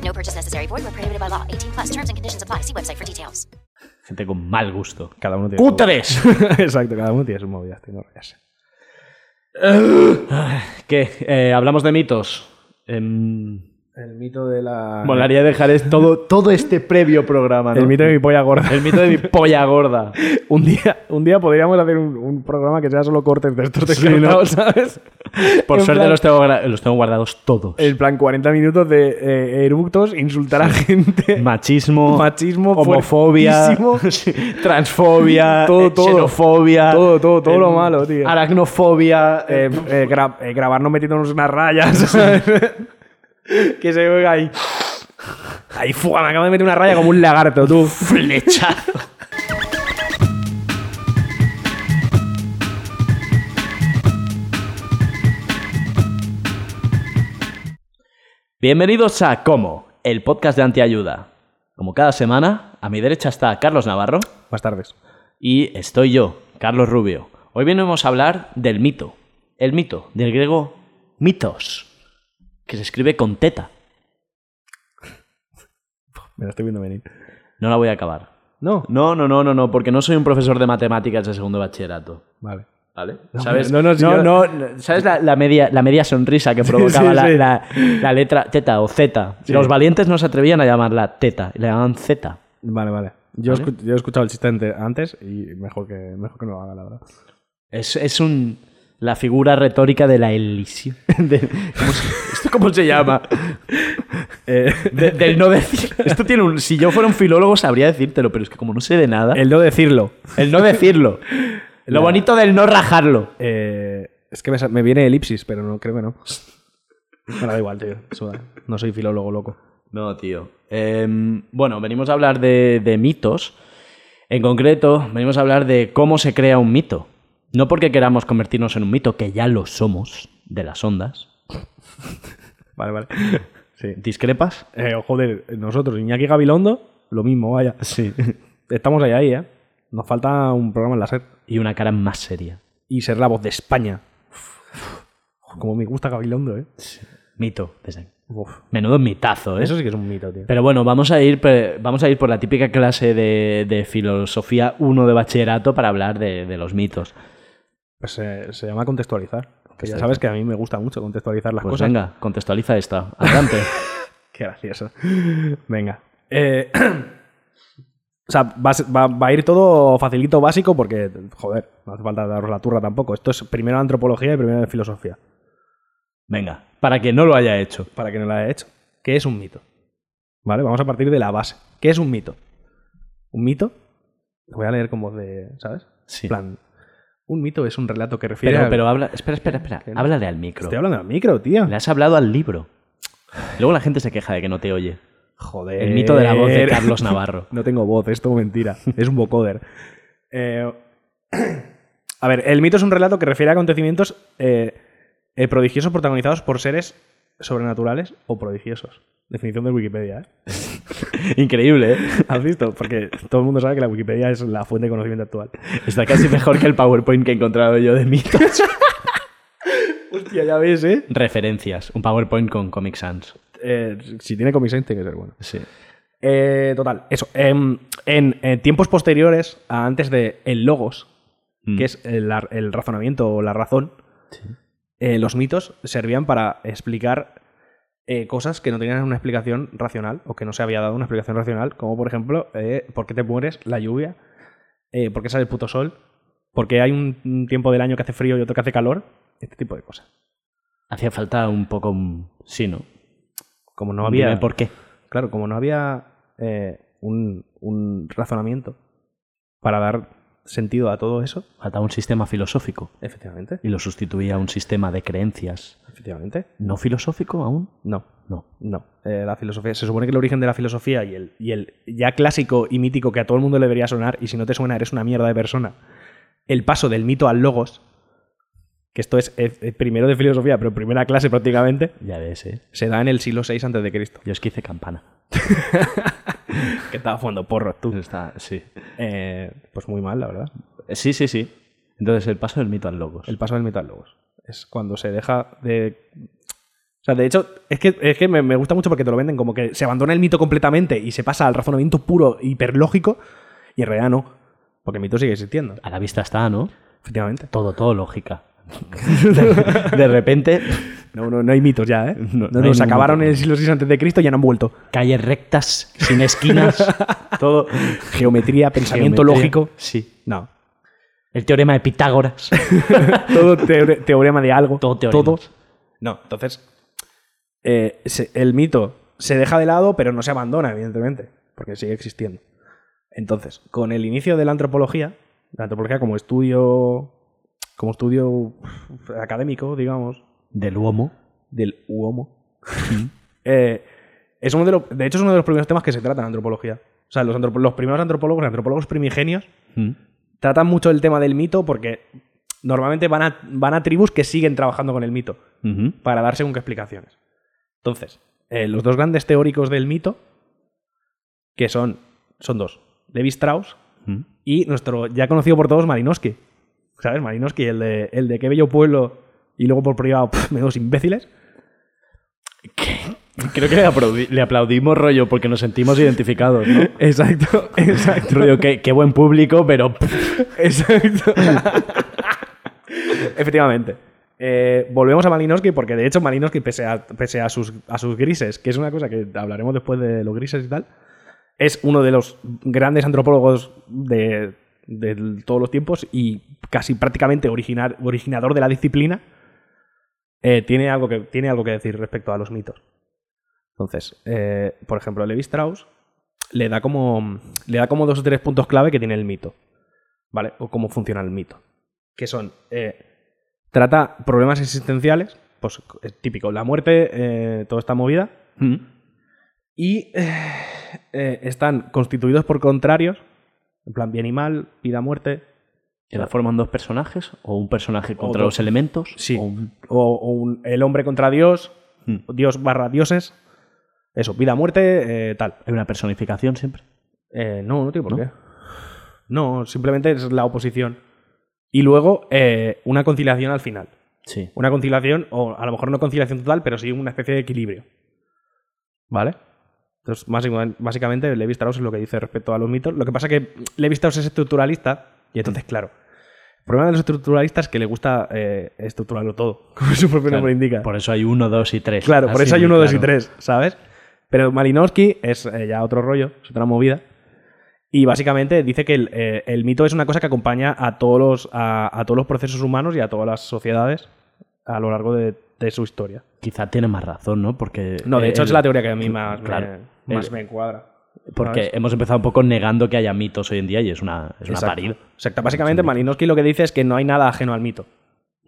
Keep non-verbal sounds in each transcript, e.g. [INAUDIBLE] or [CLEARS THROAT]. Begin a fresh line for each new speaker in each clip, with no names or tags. No purchase necessary. Void where prohibited by law. 18 plus terms and conditions apply. See website for details.
Gente con mal gusto.
Cada uno tiene. su-
¡Cutres! [LAUGHS]
[LAUGHS] Exacto, cada uno tiene sus movidas, tío, no rayas.
¿Qué? Eh, hablamos de mitos. Em,
El mito de la.
molaría dejar es- todo, todo este previo programa, ¿no?
El mito de mi polla gorda.
El mito de mi polla gorda.
[LAUGHS] Un día, [LAUGHS] un día podríamos hacer un, un programa que sea solo cortes de estos
Sí, ¿no?
descartados, ¿sabes?
[LAUGHS] Por
En
suerte
plan-
los, tengo gra- los tengo guardados todos.
En plan, 40 minutos de eh, eructos, insultar a gente,
Machismo,
machismo,
homofobia,
fuertísimo.
[LAUGHS] sí, transfobia,
[LAUGHS] Todo,
eh,
todo.
xenofobia,
Todo, todo, todo lo
em,
malo, tío.
Aracnofobia.
Eh, eh, gra- eh, grabarnos metiéndonos unas rayas, ¿sabes? [LAUGHS] que se oiga ahí. Ahí, fuga, me acabo de meter una raya como un
[LAUGHS]
lagarto, tú.
flechazo. Bienvenidos a Como, el podcast de Antiayuda. Como cada semana, a mi derecha está Carlos Navarro
Buenas tardes.
y estoy yo, Carlos Rubio. Hoy venimos a hablar del mito. El mito, del griego mitos, que se escribe con teta.
Me lo estoy viendo venir.
No la voy a acabar.
No.
No, no, no, no, no, porque no soy un profesor de matemáticas de segundo bachillerato.
Vale.
¿Vale? ¿Sabes?
no, no, si yo-
no, no, ¿Sabes la, la media, la media sonrisa
[LAUGHS]
que provocaba
sí,
la,
sí.
la- la letra teta o zeta?
Sí.
Los valientes no se atrevían a llamarla teta, le llamaban zeta.
Vale, vale. Yo,
Vale.
escu- yo he escuchado el chiste ante- antes y mejor que, mejor que no lo haga, la verdad.
Es, es un, la figura retórica de la
[LAUGHS]
elisión. De- ¿cómo se- ¿Esto cómo se llama?
Eh,
De- del no decir. Esto tiene un. Si yo fuera un filólogo sabría decírtelo, pero es que como no sé de nada. El,
el no decirlo.
no
[LAUGHS]
decirlo. Lo
La-
bonito del no rajarlo.
Eh, es que me, sa- me viene elipsis, pero no creo que no. Me da igual, tío. Suda. No soy filólogo loco.
No, tío. Em, bueno, venimos a hablar de, de mitos. En concreto, venimos a hablar de cómo se crea un mito. No porque queramos convertirnos en un mito, que ya lo somos, de las ondas.
Vale, vale. Sí.
¿Discrepas?
Eh, joder, nosotros, Iñaki Gabilondo, lo mismo, vaya.
Sí.
Estamos allá ahí, ¿eh? Nos falta un programa en la SER.
Y una cara más seria.
Y ser la voz de España. Como me gusta Gabilondo, ¿eh?
Mito. desde aquí.
Uf.
Menudo mitazo, ¿eh?
Eso sí que es un mito, tío.
Pero bueno, vamos a ir, pe- vamos a ir por la típica clase de, de filosofía 1 de bachillerato para hablar de, de los mitos.
Pues, eh, se llama contextualizar. Que ya
Contextualizar.
sabes que a mí me gusta mucho contextualizar las
Pues
cosas.
venga, contextualiza esta.
[LAUGHS]
Adelante.
Qué gracioso. Venga. Eh, [CLEARS THROAT] o sea, va, a ser- va- va a ir todo facilito básico porque, joder, no hace falta daros la turra tampoco. Esto es primero antropología y primero filosofía,
venga, para que no lo haya hecho.
para que no la haya hecho. ¿Qué es un mito? ¿Vale? Vamos a partir de la base. ¿Qué es un mito? Un mito, lo voy a leer como de, ¿sabes?
Sí.
plan, un mito es un relato que refiere
Pero,
a...
pero habla, espera, espera, espera.
¿Qué?
Háblale al micro.
Estoy hablando al micro, tío.
Le has hablado al libro. Luego la gente se queja de que no te oye.
Joder.
El mito de la voz de Carlos Navarro.
[LAUGHS] No tengo voz, es todo mentira. Es un vocoder. Eh, [CLEARS THROAT] a ver, el mito es un relato que refiere a acontecimientos eh, eh, prodigiosos protagonizados por seres sobrenaturales o prodigiosos. Definición de Wikipedia, ¿eh? [LAUGHS]
Increíble, ¿eh?
¿Has visto? Porque todo el mundo sabe que la Wikipedia es la fuente de
[LAUGHS]
conocimiento actual.
Está casi mejor que el PowerPoint que he encontrado yo de
[LAUGHS]
mitos.
Hostia, ya ves, ¿eh?
Referencias. Un PowerPoint con Comic Sans.
Eh, si tiene comisión, tiene que ser bueno.
Sí.
Eh, total, eso. Em, en, eh, tiempos posteriores a antes de el logos,
Mm.
que es el, ar- el razonamiento o la razón, eh, los mitos servían para explicar eh, cosas que no tenían una explicación racional o que no se había dado una explicación racional, como por ejemplo, eh, ¿por qué te mueres? La lluvia, eh, ¿por qué sale el puto sol? ¿Por qué hay un un tiempo del año que hace frío y otro que hace calor? Este tipo de cosas.
Hacía falta un poco... un- Sí, ¿no?
Como no
Dime
había...
por qué.
Claro, como no había eh, un, un razonamiento para dar sentido a todo eso.
Faltaba un sistema filosófico
Efectivamente.
y lo sustituía a un sistema de creencias.
Efectivamente.
¿No filosófico aún?
No.
No.
No, Eh, la filosofía. Se supone que el origen de la filosofía y el, y el ya clásico y mítico que a todo el mundo le debería sonar, y si no te suena, eres una mierda de persona. El paso del mito al logos, que esto es eh, eh, primero de filosofía, pero primera clase prácticamente,
Ya ves, ¿eh?
se da en el siglo VI antes de Cristo.
Yo es que hice campana.
[LAUGHS] Que estaba jugando porros tú.
Está, sí.
Eh, pues muy mal, la verdad.
Sí, sí, sí. Entonces, el paso del mito al logos.
El paso del mito al logos. Es cuando se deja de. O sea, de hecho, es que, es que me, me gusta mucho porque te lo venden como que se abandona el mito completamente y se pasa al razonamiento puro, hiperlógico, y en realidad no. Porque el mito sigue existiendo.
A la vista está, ¿no?
Efectivamente.
Todo, todo lógica. [LAUGHS] De, de repente,
No, no, no hay mitos ya, ¿eh?
no
No,
hay
nos
ningún
acabaron
mito.
en el siglo VI antes de Cristo y ya no han vuelto.
calles rectas, sin esquinas, [LAUGHS] todo.
Geometría, pensamiento
[LAUGHS] Geometría,
lógico.
Sí.
No.
El teorema de Pitágoras.
[LAUGHS] Todo teore- teorema de algo.
Todo teorema.
No, entonces. eh, se- el mito se deja de lado, pero no se abandona, evidentemente, porque sigue existiendo. Entonces, con el inicio de la antropología, la antropología como estudio. como estudio uf, académico, digamos,
[LAUGHS] Del humo.
del uomo. [LAUGHS] eh, es uno de, los- de hecho, es uno de los primeros temas que se trata en antropología. O sea, los, antropo- los primeros antropólogos, antropólogos primigenios,
Mm.
tratan mucho el tema del mito porque normalmente van a, van a tribus que siguen trabajando con el mito
Ujú.
para dar según qué explicaciones. Entonces, eh, los dos grandes teóricos del mito, que son, son dos, Levi Strauss
Ujú.
y nuestro ya conocido por todos Malinowski. ¿Sabes? Malinowski, el de, el de qué bello pueblo y luego por privado, pf, menudos imbéciles.
Creo que le, aplaudi- le aplaudimos rollo porque nos sentimos identificados, ¿no?
[LAUGHS] Exacto, exacto.
Rollo, qué, qué buen público, pero pff,
Exacto. Efectivamente. Eh, volvemos a Malinowski porque de hecho Malinowski, pese a, pese a sus, a sus grises, que es una cosa que hablaremos después de los grises y tal, es uno de los grandes antropólogos de, de todos los tiempos y casi prácticamente originar, originador de la disciplina, eh, tiene, algo que, tiene algo que decir respecto a los mitos. Entonces, eh, por ejemplo, Levi Strauss le da, como, le da como dos o tres puntos clave que tiene el mito. ¿vale? O cómo funciona el mito. Que son, eh, trata problemas existenciales, pues es típico, la muerte, eh, toda esta movida,
mm.
y eh, eh, están constituidos por contrarios, en plan bien y mal, vida, muerte,
¿Que la forman dos personajes? ¿O un personaje contra
Otro.
los elementos?
sí,
¿O un-
o, o un- el hombre contra Dios,
Mm.
Dios barra dioses, eso, vida, muerte, eh, tal.
¿Hay una personificación siempre?
Eh, no, no tiene por
¿No?
qué. No, simplemente es la oposición. Y luego eh, una conciliación al final.
Sí.
una conciliación, o a lo mejor no conciliación total, pero sí una especie de equilibrio. ¿Vale? Entonces, básica- básicamente, Levi Strauss es lo que dice respecto a los mitos. Lo que pasa que Levi Strauss es estructuralista, y entonces, claro, el problema de los estructuralistas es que le gusta eh, estructurarlo todo, [LAUGHS] como su propio nombre indica.
Por eso hay uno, dos y tres.
Claro, por
Así
eso hay
de
uno, dos y
claro.
tres, ¿sabes? Pero Malinowski es eh, ya otro rollo, es otra movida. Y básicamente dice que el, eh, el mito es una cosa que acompaña a todos, los, a, a todos los procesos humanos y a todas las sociedades a lo largo de, de su historia.
Quizá tiene más razón, ¿no? Porque.
No, de
eh,
hecho es
el-
la teoría que a mí más,
Claro.
me, más
El-
me encuadra.
Porque
¿sabes?
hemos empezado un poco negando que haya mitos hoy en día y es una, es una
Exacto.
parida.
Exacto. Básicamente Malinowski lo que dice es que no hay nada ajeno al mito.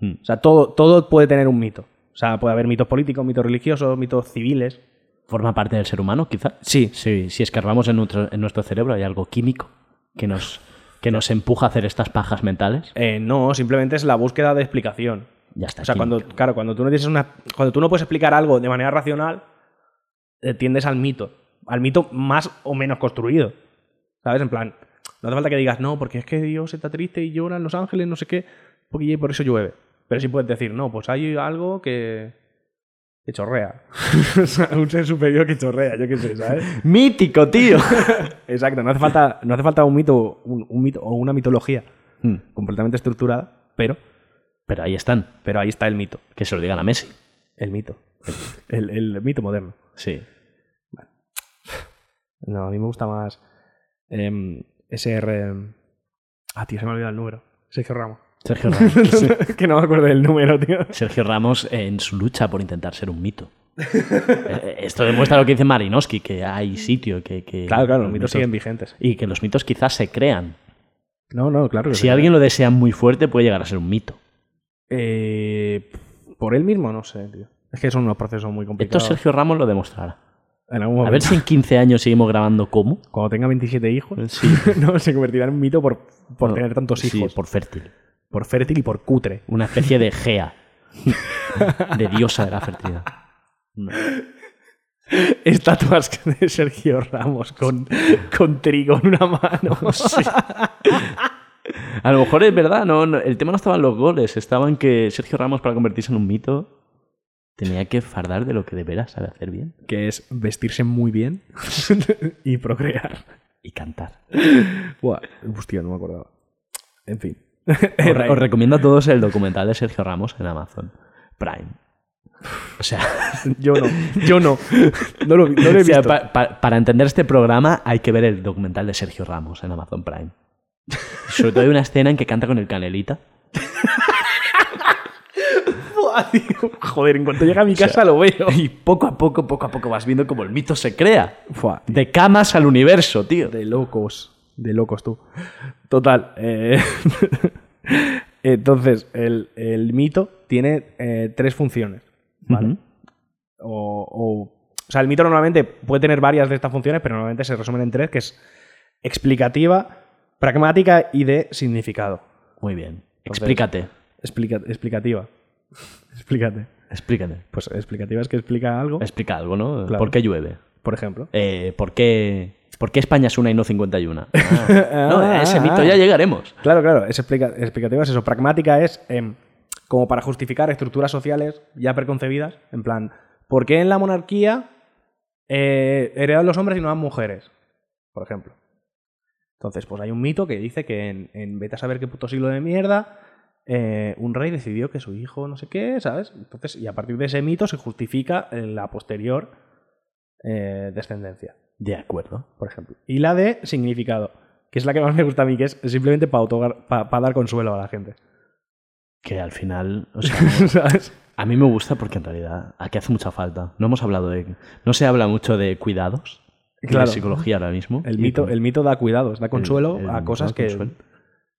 Mm.
O sea, todo, todo puede tener un mito. O sea, puede haber mitos políticos, mitos religiosos, mitos civiles.
¿Forma parte del ser humano, quizá?
Sí,
Sí, si escarbamos en nuestro, en nuestro cerebro hay algo químico que nos, que nos empuja a hacer estas pajas mentales.
Eh, no, simplemente es la búsqueda de explicación.
Ya está.
O sea,
química.
cuando, claro, cuando tú no tienes una. Cuando tú no puedes explicar algo de manera racional, eh, tiendes al mito. Al mito más o menos construido. ¿Sabes? En plan, no hace falta que digas, no, porque es que Dios está triste y llora en Los Ángeles, no sé qué, porque por eso llueve. Pero sí puedes decir, no, pues hay algo que. que chorrea. [LAUGHS] O sea, un ser superior que chorrea, yo qué sé, ¿sabes?
[LAUGHS] ¡Mítico, tío!
[LAUGHS] Exacto, no hace falta, no hace falta un mito, un- un mito o una mitología
Mm.
completamente estructurada, pero,
Pero ahí están.
pero ahí está el mito.
Que se lo digan a Messi.
El mito. El, el mito moderno.
Sí.
No, a mí me gusta más em, SR. em, Ah, tío, se me ha olvidado el número. Sergio Ramos.
Sergio
[LAUGHS]
Ramos.
que no me acuerdo del número, tío.
Sergio Ramos eh, en su lucha por intentar ser un
[LAUGHS]
mito. Eh, Esto demuestra lo que dice Marinowski, que hay sitio, que... que-
Claro, claro, los
los
mitos siguen vigentes.
Y que los mitos quizás se crean.
No, no, claro. que
Si
sí.
alguien lo desea muy fuerte, puede llegar a ser un mito.
Eh, por él mismo, no sé, tío. Es que son unos procesos muy
Esto
complicados.
Sergio Ramos lo demostrará.
En algún
A ver
momento,
si Pues en 15 años seguimos grabando como.
cuando tenga 27 hijos,
Eh, Sí.
[LAUGHS] no, se convertirá en un mito por, por tener tantos
Sí,
hijos. por...
por fértil.
fértil y por cutre.
Una especie de Gea. de diosa de la fertilidad.
[LAUGHS] Estatuas [LAUGHS] de Sergio Ramos con, con trigo en una [LAUGHS] mano.
A lo mejor es verdad, no, no, el tema no estaba en los goles, estaba en que Sergio Ramos, para convertirse en un mito, tenía que fardar de lo que de veras sabe hacer bien
que es vestirse muy bien [LAUGHS] y procrear.
y cantar.
Buah, hostia, no me acordaba. En [LAUGHS] fin.
Os,
Right.
os recomiendo a todos el documental de Sergio Ramos en Amazon Prime. O sea,
Yo no, yo [LAUGHS] no. No lo, vi- no lo
[LAUGHS]
he
o sea,
visto.
pa- pa- para entender este programa hay que ver el documental de Sergio Ramos en Amazon [LAUGHS] Prime. Sobre todo hay una escena en que canta con el canelita.
Buah, tío. Joder, en cuanto llega a mi casa lo veo.
Oh. Y poco a poco, poco a poco vas viendo cómo el mito se crea.
[LAUGHS] Buah, tío,
De camas al universo, tío.
de locos. De locos tú. Total. eh, [LAUGHS] Entonces, el, el mito tiene eh, tres funciones. ¿Vale?
Ujú.
o, o- o sea, el mito normalmente puede tener varias de estas funciones, pero normalmente se resumen en tres, que es explicativa, pragmática y de significado.
Muy bien. Explícate.
Explica- explicativa. [LAUGHS] Explícate.
Explícate.
Pues explicativa es que explica algo,
Explica algo, ¿no?
Claro.
¿Por qué llueve?
por ejemplo.
Eh, ¿por, qué, ¿Por qué España es una y no [LAUGHS] 51? Ah, [LAUGHS] no, a ese
Ah.
mito ya llegaremos.
Claro, claro, es explica- explicativa es eso. Pragmática es em, como para justificar estructuras sociales ya preconcebidas, en plan, ¿por qué en la monarquía eh, heredan los hombres y no las mujeres? Por ejemplo. Entonces, pues hay un mito que dice que en, en vete a saber qué puto siglo de mierda, eh, un rey decidió que su hijo no sé qué, ¿sabes? Entonces, y a partir de ese mito se justifica eh, la posterior eh, descendencia
De acuerdo.
por ejemplo. Y la de significado, que es la que más me gusta a mí, que es simplemente para dar consuelo a la gente. [LAUGHS]
Que al final, o sea,
¿Sabes?
a mí me gusta porque en realidad aquí hace mucha falta. No hemos hablado de. No se habla mucho de cuidados, y de
Claro.
psicología ahora mismo.
El
Y
mito,
como-
el mito da cuidados, da
el-
consuelo
el
a
mito
cosas
da
que,
consuelo.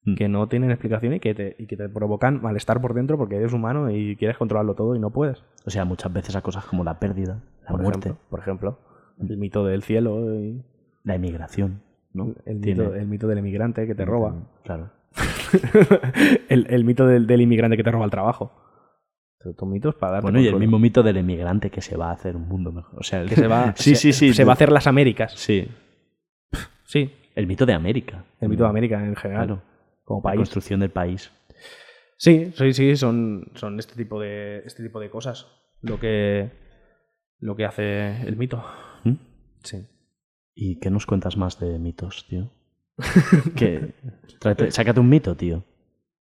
Mm.
que no tienen explicación y que, te, y que te provocan malestar por dentro porque eres humano y quieres controlarlo todo y no puedes.
O sea, muchas veces a cosas como la pérdida, la
Por
muerte, Mm.
ejemplo, por ejemplo, el mito del cielo, y
la emigración, ¿no?
el,
Mm, Tiene- Mm,
mito, el mito del emigrante que te roba,
Claro.
[LAUGHS] el, el mito del, del inmigrante que te roba el trabajo. Estos mitos para darte
Bueno, y el
consuelo.
mismo mito del emigrante que se va a hacer un mundo mejor. O sea, el
que se va,
[LAUGHS] sí,
se-
sí, sí.
se va a hacer las Américas.
Sí.
Sí,
El mito de América. Mm,
el mito de América en general.
Claro.
como
La
país.
construcción del país.
Sí, sí, sí, son, son este tipo de este tipo de cosas lo que lo que hace el mito.
¿Mm?
Sí.
¿Y qué nos cuentas más de mitos,
[LAUGHS]
tío? que tráete- sácate un mito, tío.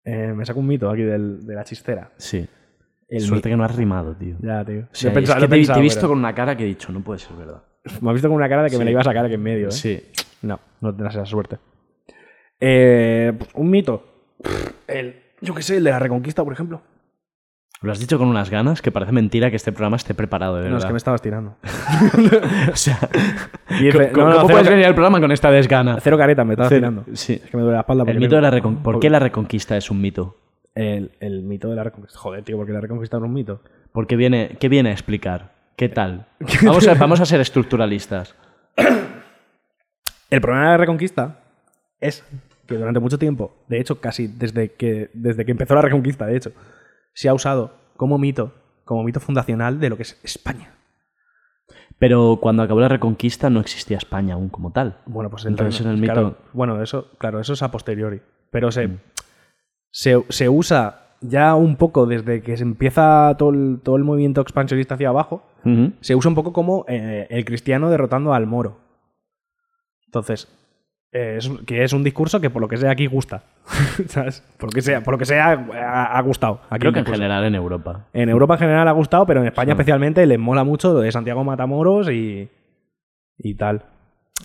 Eh, me saco un mito aquí del- de la chistera.
Sí.
El
Suerte
mito.
que no has rimado, tío.
Ya, tío.
O sea, es que
Lo he pensado- lo he
te,
pensado,
te he visto
pero-
con una cara que he dicho, no puede ser verdad.
Me has visto con una cara de que me
Sí.
la iba a sacar aquí en medio, ¿eh?
Sí.
No, no tendrás esa suerte. Eh, pues, un mito. El, yo qué sé, el de la Reconquista, por ejemplo.
Lo has dicho con unas ganas que parece mentira que este programa esté preparado, de verdad.
No, es que me estabas
[LAUGHS]
tirando.
O sea,
[LAUGHS] Y
¿cómo,
dice, no, no,
cómo
cero
puedes
ca-
venir al programa con esta desgana?
Cero careta, me estabas
Cero-
tirando.
sí.
Es que me duele la espalda.
El
porque
mito de
me-
la recon- ¿Por qué la reconquista es un mito?
El, el mito de la Reconquista. Joder, tío, porque la Reconquista no es un mito.
Porque viene, ¿Qué viene a explicar?
Eh.
¿Qué
[LAUGHS]
tal? Vamos a, vamos a ser estructuralistas.
El problema de la Reconquista es que durante mucho tiempo, de hecho, casi desde que, desde que empezó la Reconquista, de hecho, se ha usado como mito, como mito fundacional de lo que es España.
Pero cuando acabó la reconquista no existía España aún como tal.
Bueno, pues el
Entonces,
reino-
en el mito-
claro, bueno, eso, claro, eso es a posteriori. Pero se, se, se usa ya un poco desde que se empieza todo el, todo el movimiento expansionista hacia abajo, se usa un poco como eh, el cristiano derrotando al moro. Entonces, eh, es, un- que es un discurso que por lo que sea aquí gusta. [LAUGHS] ¿Sabes? Por lo que sea, por lo que sea ha, ha gustado. Aquí
Creo
el
que en
discurso.
general en Europa.
En Europa en general ha gustado, pero en España especialmente les mola mucho lo de Santiago Matamoros y, y tal.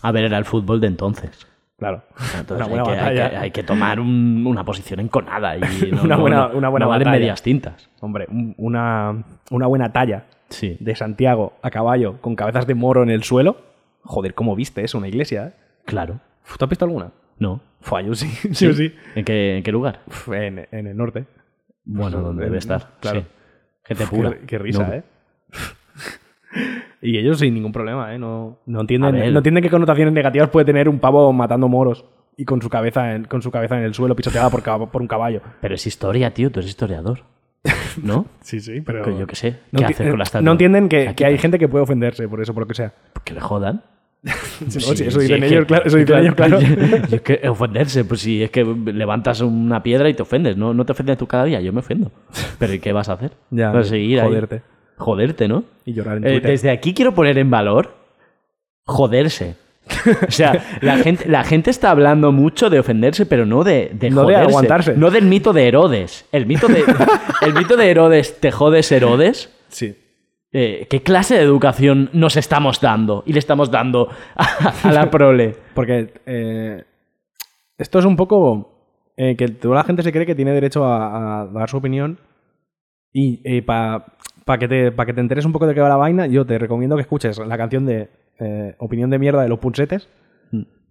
A ver, era el fútbol de entonces.
Claro.
Entonces
Una
hay, que,
buena
hay que-
batalla.
hay que tomar un- una posición enconada.
[LAUGHS]
Y no,
Una
no-
buena-
no-
una buena
no valen
batalla.
medias tintas.
Hombre, un- una, una buena talla
Sí.
de Santiago a caballo con cabezas de moro en el suelo. Joder, ¿cómo viste eso? Una iglesia, ¿eh?
Claro.
¿Tú has visto alguna?
No.
Fua, yo sí, [LAUGHS] sí o sí.
¿En qué, en qué lugar?
Uf, En, en el norte.
Bueno, donde
en-
debe estar.
claro.
sí. Gente
Uf,
pura.
Qué, qué risa,
No.
¿eh? [LAUGHS] y ellos sin ningún problema, ¿eh? No, no, entienden,
ver.
no entienden qué connotaciones negativas puede tener un pavo matando moros y con su cabeza en, con su cabeza en el suelo pisoteada por, cab- por un caballo.
Pero es historia, tío. Tú eres
[LAUGHS]
historiador. ¿No?
Sí, sí, pero...
Que yo qué sé.
No,
¿Qué
enti- eh,
hacer con la estatua?
no entienden que,
La
que hay
quitas.
gente que puede ofenderse por eso, por lo que sea.
Que le jodan.
[LAUGHS]
Pues
Sí,
Sí,
sí, eso
sí,
dicen
es que-
ellos, claro. Eso dicen ellos, claro.
[LAUGHS] Y es que ofenderse, pues si es que levantas una piedra y te ofendes, no, no te ofendes tú cada día, yo me ofendo. Pero ¿y qué vas a hacer?
[LAUGHS] Ya,
Vas a seguir ahí.
joderte.
Joderte, ¿no?
Y llorar en
Eh,
Twitter.
desde aquí quiero poner en valor joderse. O sea,
[LAUGHS]
la gente, la gente está hablando mucho de ofenderse, pero no de, de
No de
joderse.
aguantarse.
No del mito de Herodes. El mito
[LAUGHS]
de, el mito de Herodes, ¿te jodes Herodes?
Sí.
Eh, ¿Qué clase de educación nos estamos dando? Y le estamos dando a, [LAUGHS] a la
[LAUGHS]
prole.
Porque eh, esto es un poco eh, que toda la gente se cree que tiene derecho a, a dar su opinión. Y para que, te, pa que te enteres un poco de qué va la vaina, yo te recomiendo que escuches la canción de eh, Opinión de mierda de los punsetes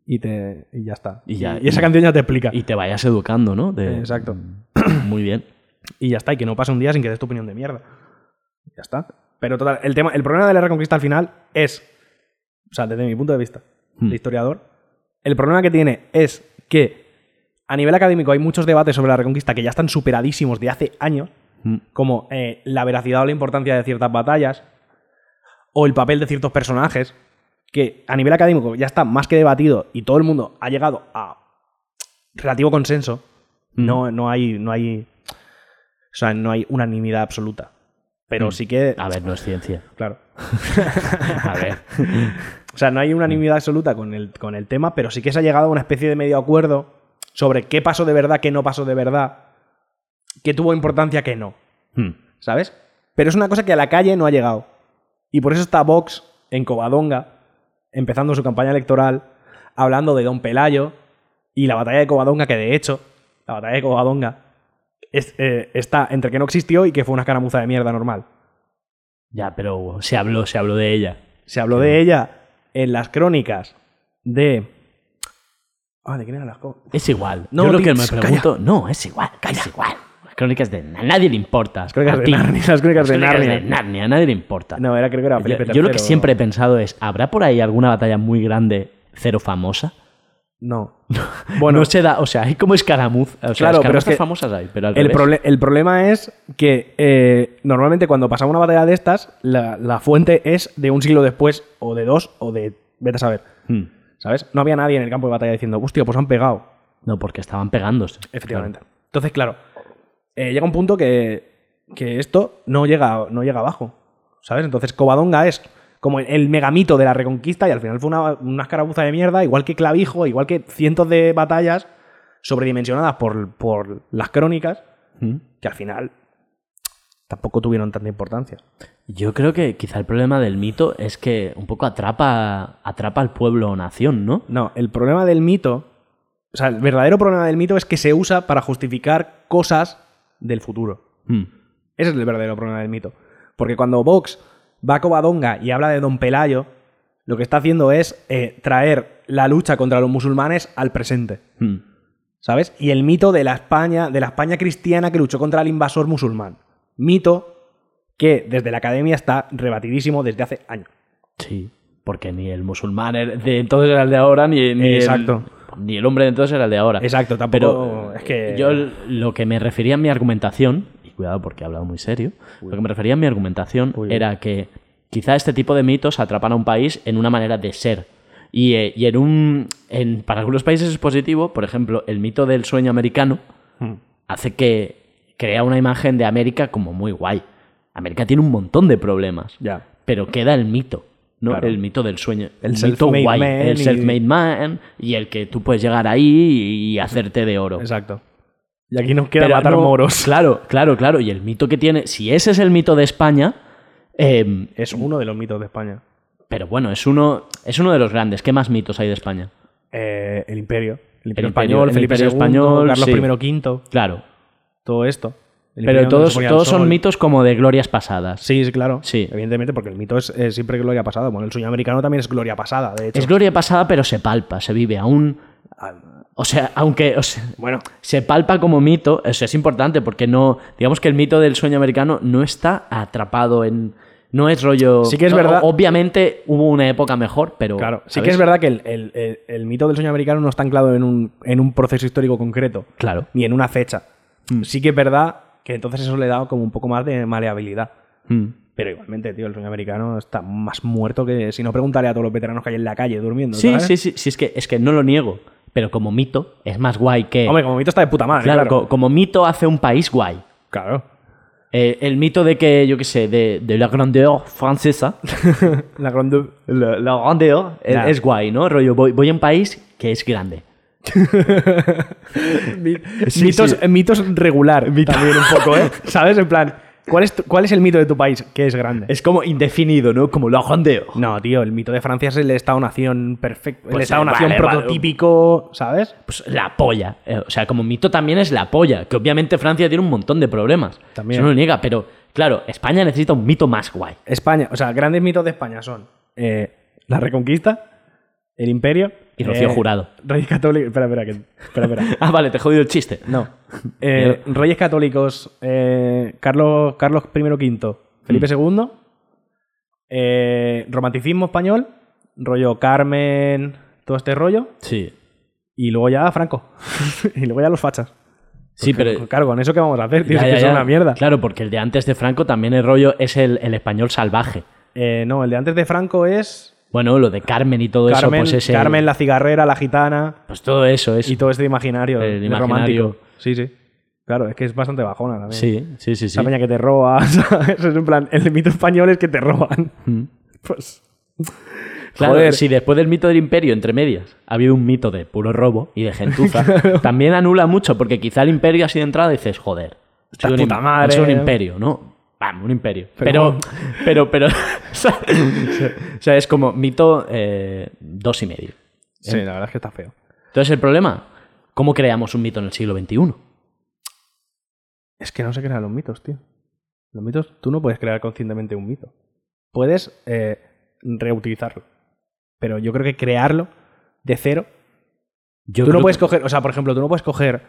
y, te, y ya está.
Mm. Y ya-
esa canción ya te explica.
Y te vayas educando, ¿no? De-
Exacto.
[CLEARS THROAT] Muy bien.
Y ya está, y que no pase un día sin que des tu opinión de mierda. Ya está. Pero total, el, tema, el problema de la Reconquista al final es, o sea, desde mi punto de vista
Hmm.
de historiador, el problema que tiene es que a nivel académico hay muchos debates sobre la Reconquista que ya están superadísimos de hace años,
Mm.
como eh, la veracidad o la importancia de ciertas batallas, o el papel de ciertos personajes, que a nivel académico ya está más que debatido y todo el mundo ha llegado a relativo consenso, no, no hay, no hay. O sea, no hay unanimidad absoluta. Pero
Mm.
sí que.
A ver, no es ciencia.
Claro.
A
[LAUGHS]
ver.
O sea, no hay unanimidad absoluta con el, con el tema, pero sí que se ha llegado a una especie de medio acuerdo sobre qué pasó de verdad, qué no pasó de verdad, qué tuvo importancia, qué no.
Hmm.
¿Sabes? Pero es una cosa que a la calle no ha llegado. Y por eso está Vox en Covadonga, empezando su campaña electoral, hablando de Don Pelayo y la batalla de Covadonga, que de hecho, la batalla de Covadonga es- eh, está entre que no existió y que fue una escaramuza de mierda normal.
Ya, pero se habló, se habló de ella.
Se habló
Mm.
de ella en las crónicas de. Ah, ¿de quién eran las crónicas?
Es igual.
No,
Yo lo que me
Tits,
pregunto. No, es igual. Es igual. Las crónicas de. A nadie le importa. Las
crónicas de Narnia, las crónicas de Narnia.
A nadie le importa.
No, era, creo que era
yo,
Felipe
yo lo que
III,
siempre he pensado es: ¿habrá por ahí alguna batalla muy grande, cero famosa?
No. Bueno,
no se da. O sea, hay como escaramuz. O sea,
Claro, pero
escaramuzas
es que
famosas hay, pero [LAUGHS] al
El,
revés.
proble- el problema es que eh, normalmente cuando pasaba una batalla de estas, la, la fuente es de un siglo después, o de dos, o de. Vete a saber.
Hmm.
¿Sabes? No había nadie en el campo de batalla diciendo, hostia, pues han pegado.
No, porque estaban pegándose.
Efectivamente. Entonces, claro, eh, llega un punto que, que esto no llega, no llega abajo. ¿Sabes? Entonces, Covadonga es como el, el megamito de la reconquista y al final fue una, una escaramuza de mierda, igual que Clavijo, igual que cientos de batallas sobredimensionadas por, por las crónicas
Hmm.
que al final tampoco tuvieron tanta importancia.
Yo creo que quizá el problema del mito es que un poco atrapa, atrapa al pueblo o nación, ¿no?
No, el problema del mito, o sea, el verdadero problema del mito es que se usa para justificar cosas del futuro.
Hmm.
Ese es el verdadero problema del mito. Porque cuando Vox va a Covadonga y habla de Don Pelayo, lo que está haciendo es eh, traer la lucha contra los musulmanes al presente.
Hmm.
¿Sabes? Y el mito de la España, de la España cristiana que luchó contra el invasor musulmán. Mito que desde la academia está rebatidísimo desde hace años.
Sí, porque ni el musulmán er- de entonces era el de ahora, ni, ni
Exacto.
el, ni el hombre de entonces era el de ahora.
Exacto, tampoco-
Pero
es que-
Yo l- lo que me refería en mi argumentación, y cuidado porque he hablado muy serio, lo que me refería en mi argumentación
Uy.
era que quizá este tipo de mitos atrapan a un país en una manera de ser. Y, eh, y en un. En, para algunos países es positivo, por ejemplo, el mito del sueño americano
Hmm.
hace que crea una imagen de América como muy guay. América tiene un montón de problemas.
Ya.
Pero queda el mito, ¿no?
Claro.
El mito del sueño.
El
Un mito
self-made
guay.
man
el
y-
self-made man y el que tú puedes llegar ahí y, y hacerte de oro.
Exacto. Y aquí nos queda
Pero
matar
no- [LAUGHS]
moros.
Claro, claro, claro. Y el mito que tiene, si ese es el mito de España, eh,
[LAUGHS] Es uno de los mitos de España.
pero bueno, es uno, es uno de los grandes. ¿Qué más mitos hay de España?
Eh, el imperio.
El
El imperio
imperio,
español,
el
Felipe
imperio
II,
español,
Carlos
sí.
I, V,
Claro.
todo esto. El
Pero
imperio donde
todos,
se ponía el
todos
sol.
son mitos como de glorias pasadas.
Sí, sí, claro.
Sí.
Evidentemente, porque el mito es eh, siempre gloria pasada. Bueno, el sueño americano también es gloria pasada, de hecho.
Es gloria pasada, pero se palpa, se vive. Aún, O sea, aunque o sea,
Bueno,
se palpa como mito, eso es importante porque no, digamos que el mito del sueño americano no está atrapado en, no es rollo.
Sí que es
no,
verdad.
o- Obviamente hubo una época mejor, pero
claro. Sí
¿sabes?
que es verdad que el, el- el- el mito del sueño americano no está anclado en un, en un proceso histórico concreto,
Claro. Mm.
ni en una fecha. Sí que es verdad que entonces eso le da como un poco más de maleabilidad.
Mm.
Pero igualmente, tío, el sueño americano está más muerto que si no preguntaré a todos los veteranos que hay en la calle durmiendo.
Sí,
¿sabes?
sí, sí, sí, es que es que no lo niego, pero como mito es más guay que.
Hombre, como mito está de puta madre,
Ah, claro,
claro.
co- como mito hace un país guay.
Claro.
Eh, el mito de que, yo qué sé, de, de la grandeur francesa,
La grande-
[LAUGHS] la, la grandeur es,
Ya.
es guay, ¿no? Rollo, voy, voy a un país que es grande. Sí,
mitos, eh,
sí.
mitos regular también un poco,
[LAUGHS]
¿eh? ¿Sabes? En plan, ¿cuál es, tu- ¿cuál es el mito de tu país? Que es grande.
Es como indefinido, ¿no? Como la grandeur.
No, tío, el mito de Francia es el Estado-nación perfecto. el
Pues,
Estado-nación
vale, vale.
prototípico, ¿sabes?
Pues la polla. Eh, o sea, como mito también es la polla, que obviamente Francia tiene un montón de problemas.
También.
Eso no lo niega, pero claro, España necesita un mito más guay.
España, o sea, grandes mitos de España son eh, la Reconquista, el Imperio
Y Rocío
eh,
Jurado.
Reyes Católicos. Espera, espera, que- espera, espera.
[LAUGHS] Ah, vale, te he jodido el chiste.
No. Eh, Reyes Católicos, eh, Carlos, Carlos I V, Felipe
Mm.
II, eh, Romanticismo español, rollo Carmen, todo este rollo,
Sí.
y luego ya Franco. [LAUGHS] y luego ya los fachas.
Sí,
Porque,
pero...
Claro, con eso que vamos a hacer, tío,
Ya,
es que
ya,
eso
ya.
es una mierda.
Claro, porque el de antes de Franco también el rollo es el, el español salvaje.
Eh, no, el de antes de Franco es
Bueno, lo de Carmen y todo
Carmen,
eso, pues es el-
Carmen la cigarrera, la gitana
Pues todo eso es...
y todo este imaginario,
El
de
imaginario.
romántico. Sí, sí. Claro, es que es bastante bajona también.
Sí, sí, sí, sí.
Esa peña que te roba, [LAUGHS] ¿sabes? Es en plan, el mito español es que te roban. Pues.
Claro,
Joder.
si después del mito del imperio, entre medias, ha habido un mito de puro robo y de gentuza,
[LAUGHS]
también anula mucho, porque quizá el imperio así de entrada dices, joder, ha
Esta
sido un,
puta
im-
madre.
ha sido un imperio, ¿no? Vamos, un imperio. Pero,
Pero-
[LAUGHS] pero, pero, o, sea, o sea, es como mito eh, dos y medio.
Sí, la verdad es que está feo.
Entonces, el problema, ¿cómo creamos un mito en el siglo XXI?
Es que no se crean los mitos, tío. Los mitos, tú no puedes crear conscientemente un mito. Puedes eh, reutilizarlo. Pero yo creo que crearlo de cero.
Yo
tú no
creo
puedes
que-
coger, o sea, por ejemplo, tú no puedes coger,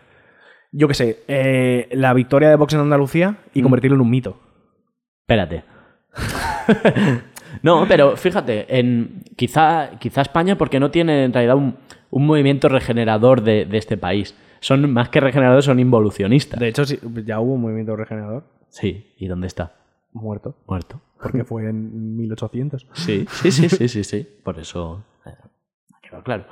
yo qué sé, eh, la victoria de box en Andalucía y
Mm.
convertirlo en un mito.
Espérate. [LAUGHS] no, pero fíjate, en quizá, quizá España porque no tiene en realidad un, un movimiento regenerador de, de este país. Son más que regeneradores, son involucionistas.
De hecho, sí, ya hubo un movimiento regenerador
Sí, ¿y dónde está?
muerto,
Muerto.
[LAUGHS] porque fue en 1800.
Sí, sí, sí, sí, sí, sí. Por eso eh, ha quedado claro.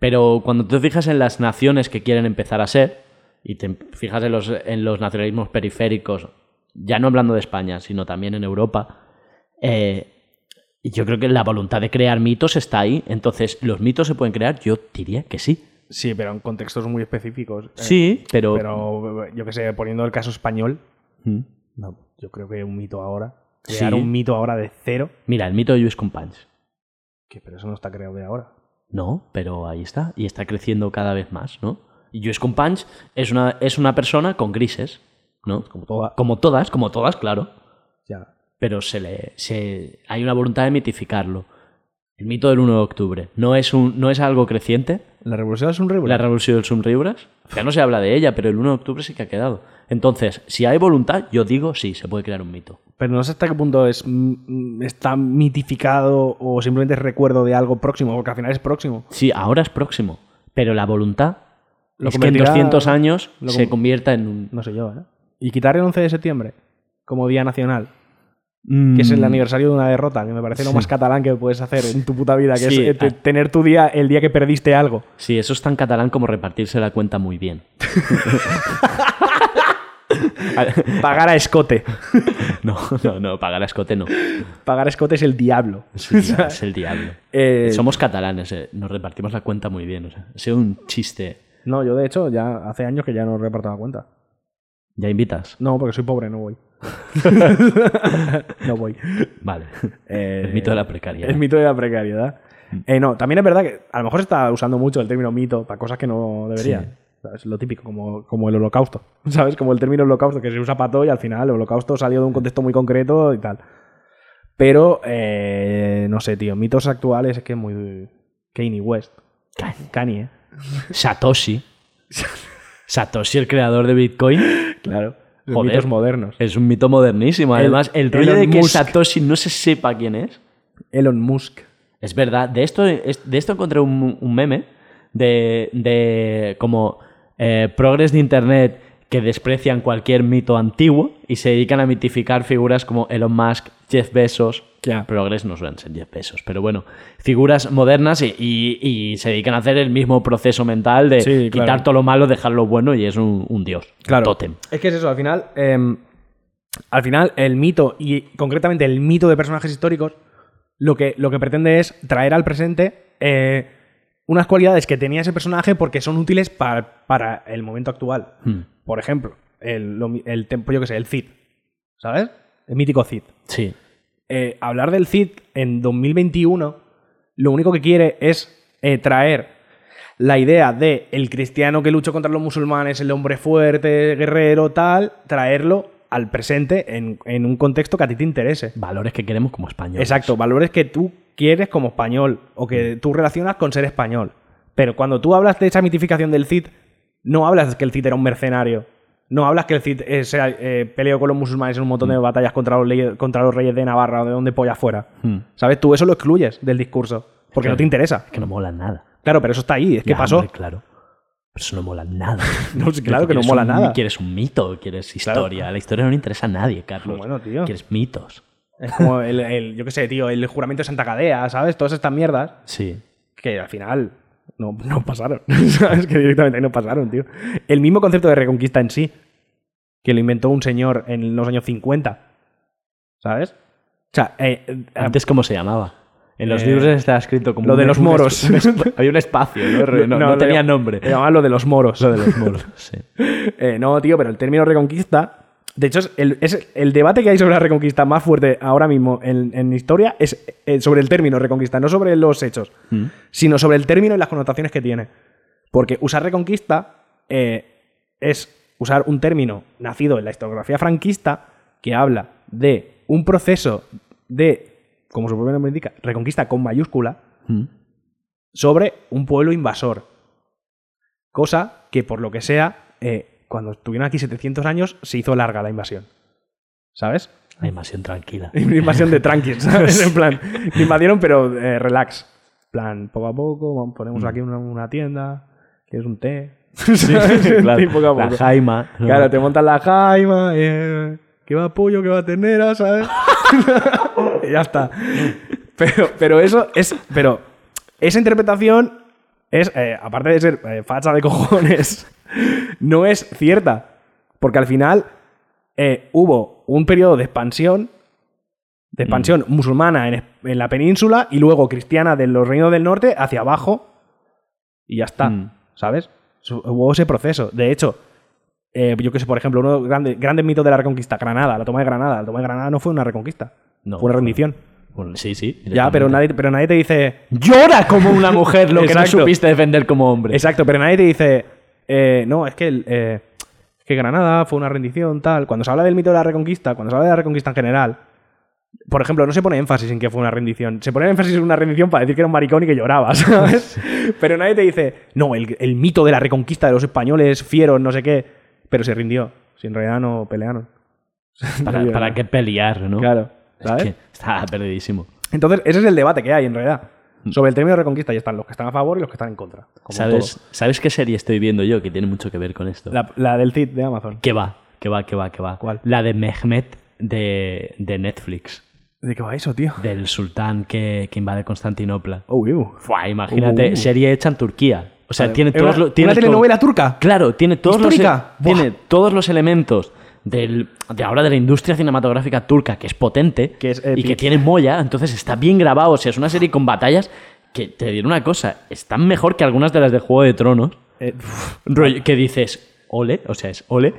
Pero cuando te fijas en las naciones que quieren empezar a ser, y te fijas en los, en los nacionalismos periféricos, ya no hablando de España, sino también en Europa, eh, yo creo que la voluntad de crear mitos está ahí. Entonces, ¿los mitos se pueden crear? Yo diría que sí.
Sí, pero en contextos muy específicos. eh.
Sí, pero...
Pero yo que sé, poniendo el caso español,
Mm.
no, yo creo que un mito ahora, crear
Sí.
un mito ahora de cero,
Mira, el mito de Luis Companys.
que pero eso no está creado de ahora.
No, pero ahí está. Y está creciendo cada vez más, ¿no? Y Lluís Companys es una, es una persona con grises, ¿no?
Como toda-
Como todas, como todas, claro.
Ya.
Pero se le, se, hay una voluntad de mitificarlo. El mito del 1 de octubre. No es, un, no es algo creciente.
La revolución es un río
La revolución del Sunribras. Ya no se habla de ella, pero el 1 de octubre sí que ha quedado. Entonces, si hay voluntad, yo digo sí, se puede crear un mito.
pero no sé hasta qué punto es mm, está mitificado o simplemente es recuerdo de algo próximo, porque al final es próximo.
Sí, ahora es próximo. Pero la voluntad
Lo
es que en
convertirá-
200 años
lo
se
conv-
convierta en un...
No sé yo, ¿eh? Y quitar el 11 de septiembre como día nacional, que es el
Mm.
aniversario de una derrota, que me parece lo
Sí.
más catalán que puedes hacer en tu puta vida, que
Sí,
es eh, te-
ah.
tener tu día el día que
[LAUGHS]
perdiste algo.
Sí, eso es tan catalán como repartirse la cuenta muy
[LAUGHS]
bien.
Pagar a escote.
No, no, no, pagar a escote
[LAUGHS]
no.
Pagar a escote es el diablo.
Es el diablo. es el diablo.
Eh,
Somos catalanes, eh, nos repartimos la cuenta muy bien. O sea, ha sido un chiste.
No, yo de hecho ya hace años que ya no reparto la cuenta.
¿Ya invitas?
No, porque soy pobre,
[LAUGHS]
no voy. no voy. [LAUGHS]
Vale.
Eh,
El mito de la precariedad. Mm.
El mito de la precariedad. Eh, no, también es verdad que a lo mejor se está usando mucho el término mito para cosas que no debería.
Sí.
¿Sabes? Lo típico, como, como el holocausto. [LAUGHS] ¿Sabes? Como el término holocausto que se usa para todo y al final el holocausto salió de un contexto muy concreto y tal. Pero, eh, no sé, tío. Mitos actuales es que es muy. Kanye West. Kanye, ¿eh? [LAUGHS]
Satoshi. Satoshi, el creador de Bitcoin.
Claro. Los
Joder.
mitos modernos.
Es un mito modernísimo. Además, el,
El-
rollo
Elon
de que
Musk.
Satoshi no se sepa quién es.
Elon Musk.
Es verdad. De esto, es- de esto encontré un, un meme de, de como eh, progres de internet que desprecian cualquier mito antiguo y se dedican a mitificar figuras como Elon Musk, Jeff Bezos.
Ya.
Progres no suelen ser Jeff Bezos, pero bueno, figuras modernas y, y- y se dedican a hacer el mismo proceso mental de
Sí, claro.
quitar todo lo malo, dejar lo bueno y es un, un dios.
Claro.
Tótem.
Es que es eso, al final. em, al final, el mito, y concretamente el mito de personajes históricos, lo que, lo que pretende es traer al presente eh, unas cualidades que tenía ese personaje porque son útiles para, para el momento actual.
Hmm.
Por ejemplo, el, lo mi- el tem- yo que sé, el Cid. ¿Sabes? El mítico Cid.
Sí.
Eh, hablar del Cid en 2021 lo único que quiere es eh, traer la idea de el cristiano que luchó contra los musulmanes, el hombre fuerte, guerrero, tal, traerlo al presente en, en un contexto que a ti te interese.
Valores que queremos como españoles.
Exacto, valores que tú quieres como español o
Mm.
que tú relacionas con ser español. Pero cuando tú hablas de esa mitificación del Cid, no hablas que el Cid era un mercenario. No hablas que el Cid eh, se, eh, peleó con los musulmanes en un
Mm.
montón de batallas contra los, leyes- contra los reyes de Navarra o de donde polla fuera.
Hmm.
¿Sabes? Tú eso lo excluyes del discurso porque
Claro.
no te interesa.
Es que no mola nada.
Claro, pero eso está ahí. Es que
Ya,
pasó.
hombre, claro. Pero eso no mola [LAUGHS] nada.
No, sí, claro que no
Quieres
mola
un-
nada.
Quieres un mito, quieres
Claro.
historia. La historia no le interesa a nadie, Carlos.
Bueno, tío.
Quieres mitos.
Es como el, el- yo qué sé, tío, el juramento de Santa Cadea, ¿sabes? Todas estas mierdas
Sí.
que al final no, no pasaron. [LAUGHS] ¿Sabes? Que directamente no pasaron, tío. El mismo concepto de reconquista en sí, que lo inventó un señor en los años 50. ¿Sabes? O sea, eh, eh,
Antes, ¿cómo se llamaba? En los
Eh,
libros estaba escrito como.
lo
un-
de los
un
moros.
esp- un [LAUGHS] esp- había un espacio, ¿no? No, no
lo
tenía
llam-
nombre. [LAUGHS]
Lo llamaban lo de los moros.
Lo de los moros. Sí.
[LAUGHS] Eh, no, tío, pero el término reconquista. De hecho, es el, es el debate que hay sobre la reconquista más fuerte ahora mismo en, en historia es eh, sobre el término reconquista, no sobre los hechos,
¿Mm?
sino sobre el término y las connotaciones que tiene. Porque usar reconquista eh, es usar un término nacido en la historiografía franquista que habla de un proceso de, como su propio nombre indica, reconquista con mayúscula,
Mm.
sobre un pueblo invasor. Cosa que, por lo que sea, eh, cuando estuvieron aquí 700 años, se hizo larga la invasión. ¿Sabes?
La invasión [LAUGHS] tranquila.
Una [LAUGHS] invasión de tranquis, ¿sabes?
[LAUGHS]
En plan, que invadieron, pero eh, relax. En plan, poco a poco, vamos- ponemos
Mm.
aquí una, una tienda, quieres un té.
[LAUGHS]
[LAUGHS]
Claro,
Y poco a
la
poco.
Jaima. ¿no?
[LAUGHS] Claro, te montan la jaima, eh, que va pollo, que va ternera, ¿sabes? [LAUGHS] y ya está. Pero, pero eso es. Pero esa interpretación es, eh, aparte de ser eh, facha de cojones, [LAUGHS] no es cierta. Porque al final eh, hubo un periodo de expansión, de expansión musulmana en, es- en la península y luego cristiana de los reinos del norte hacia abajo y ya está.
Mm.
¿Sabes? Su- Hubo ese proceso. De hecho, eh, yo que sé, por ejemplo, uno de los grandes, grandes mitos de la reconquista, Granada, la toma de Granada. La toma de Granada no fue una reconquista,
No,
fue una
fue-
rendición.
Bueno, sí, sí.
Ya, pero nadie, pero nadie te dice.
Llora como una mujer lo que no
Exacto.
supiste defender como hombre.
Exacto, pero nadie te dice. eh, no, es que, el, eh, es que Granada fue una rendición, tal. Cuando se habla del mito de la reconquista, cuando se habla de la reconquista en general, por ejemplo, no se pone énfasis en que fue una rendición. Se pone énfasis en una rendición para decir que era un maricón y que lloraba, [LAUGHS] ¿sabes? Pero nadie te dice, no, el, el mito de la reconquista de los españoles, fieros, no sé qué. Pero se rindió. Si en realidad no pelearon.
¿Para, para qué pelear, no?
Claro.
Es
¿sabes?
que está [LAUGHS] perdidísimo.
Entonces, ese es el debate que hay, en realidad.
Mm.
Sobre el término de reconquista, y están los que están a favor y los que están en contra. como
¿Sabes, ¿Sabes qué serie estoy viendo yo que tiene mucho que ver con esto?
todo. La, la del Cid de Amazon.
¿Qué va? ¿Qué va? ¿Qué va? ¿Qué va?
¿Cuál?
La de Mehmet de, de Netflix,
¿De qué va eso, tío?
del sultán que, que invade Constantinopla.
Oh, ew.
Fua, imagínate,
Uh.
serie hecha en Turquía. O sea,
Vale.
tiene
¿Es
todos
una-
los. tiene
una
todo-
telenovela turca?
Claro, tiene todos
¿Histórica?
los. e-, Tiene
Buah.
todos los elementos del, de ahora de la industria cinematográfica turca, que es potente
Que es
y
epic.
que tiene molla, entonces está bien grabado. O sea, es una serie con batallas que te diré una cosa, están mejor que algunas de las de Juego de Tronos.
Eh, uf,
rollo que dices ole, o sea, es ole,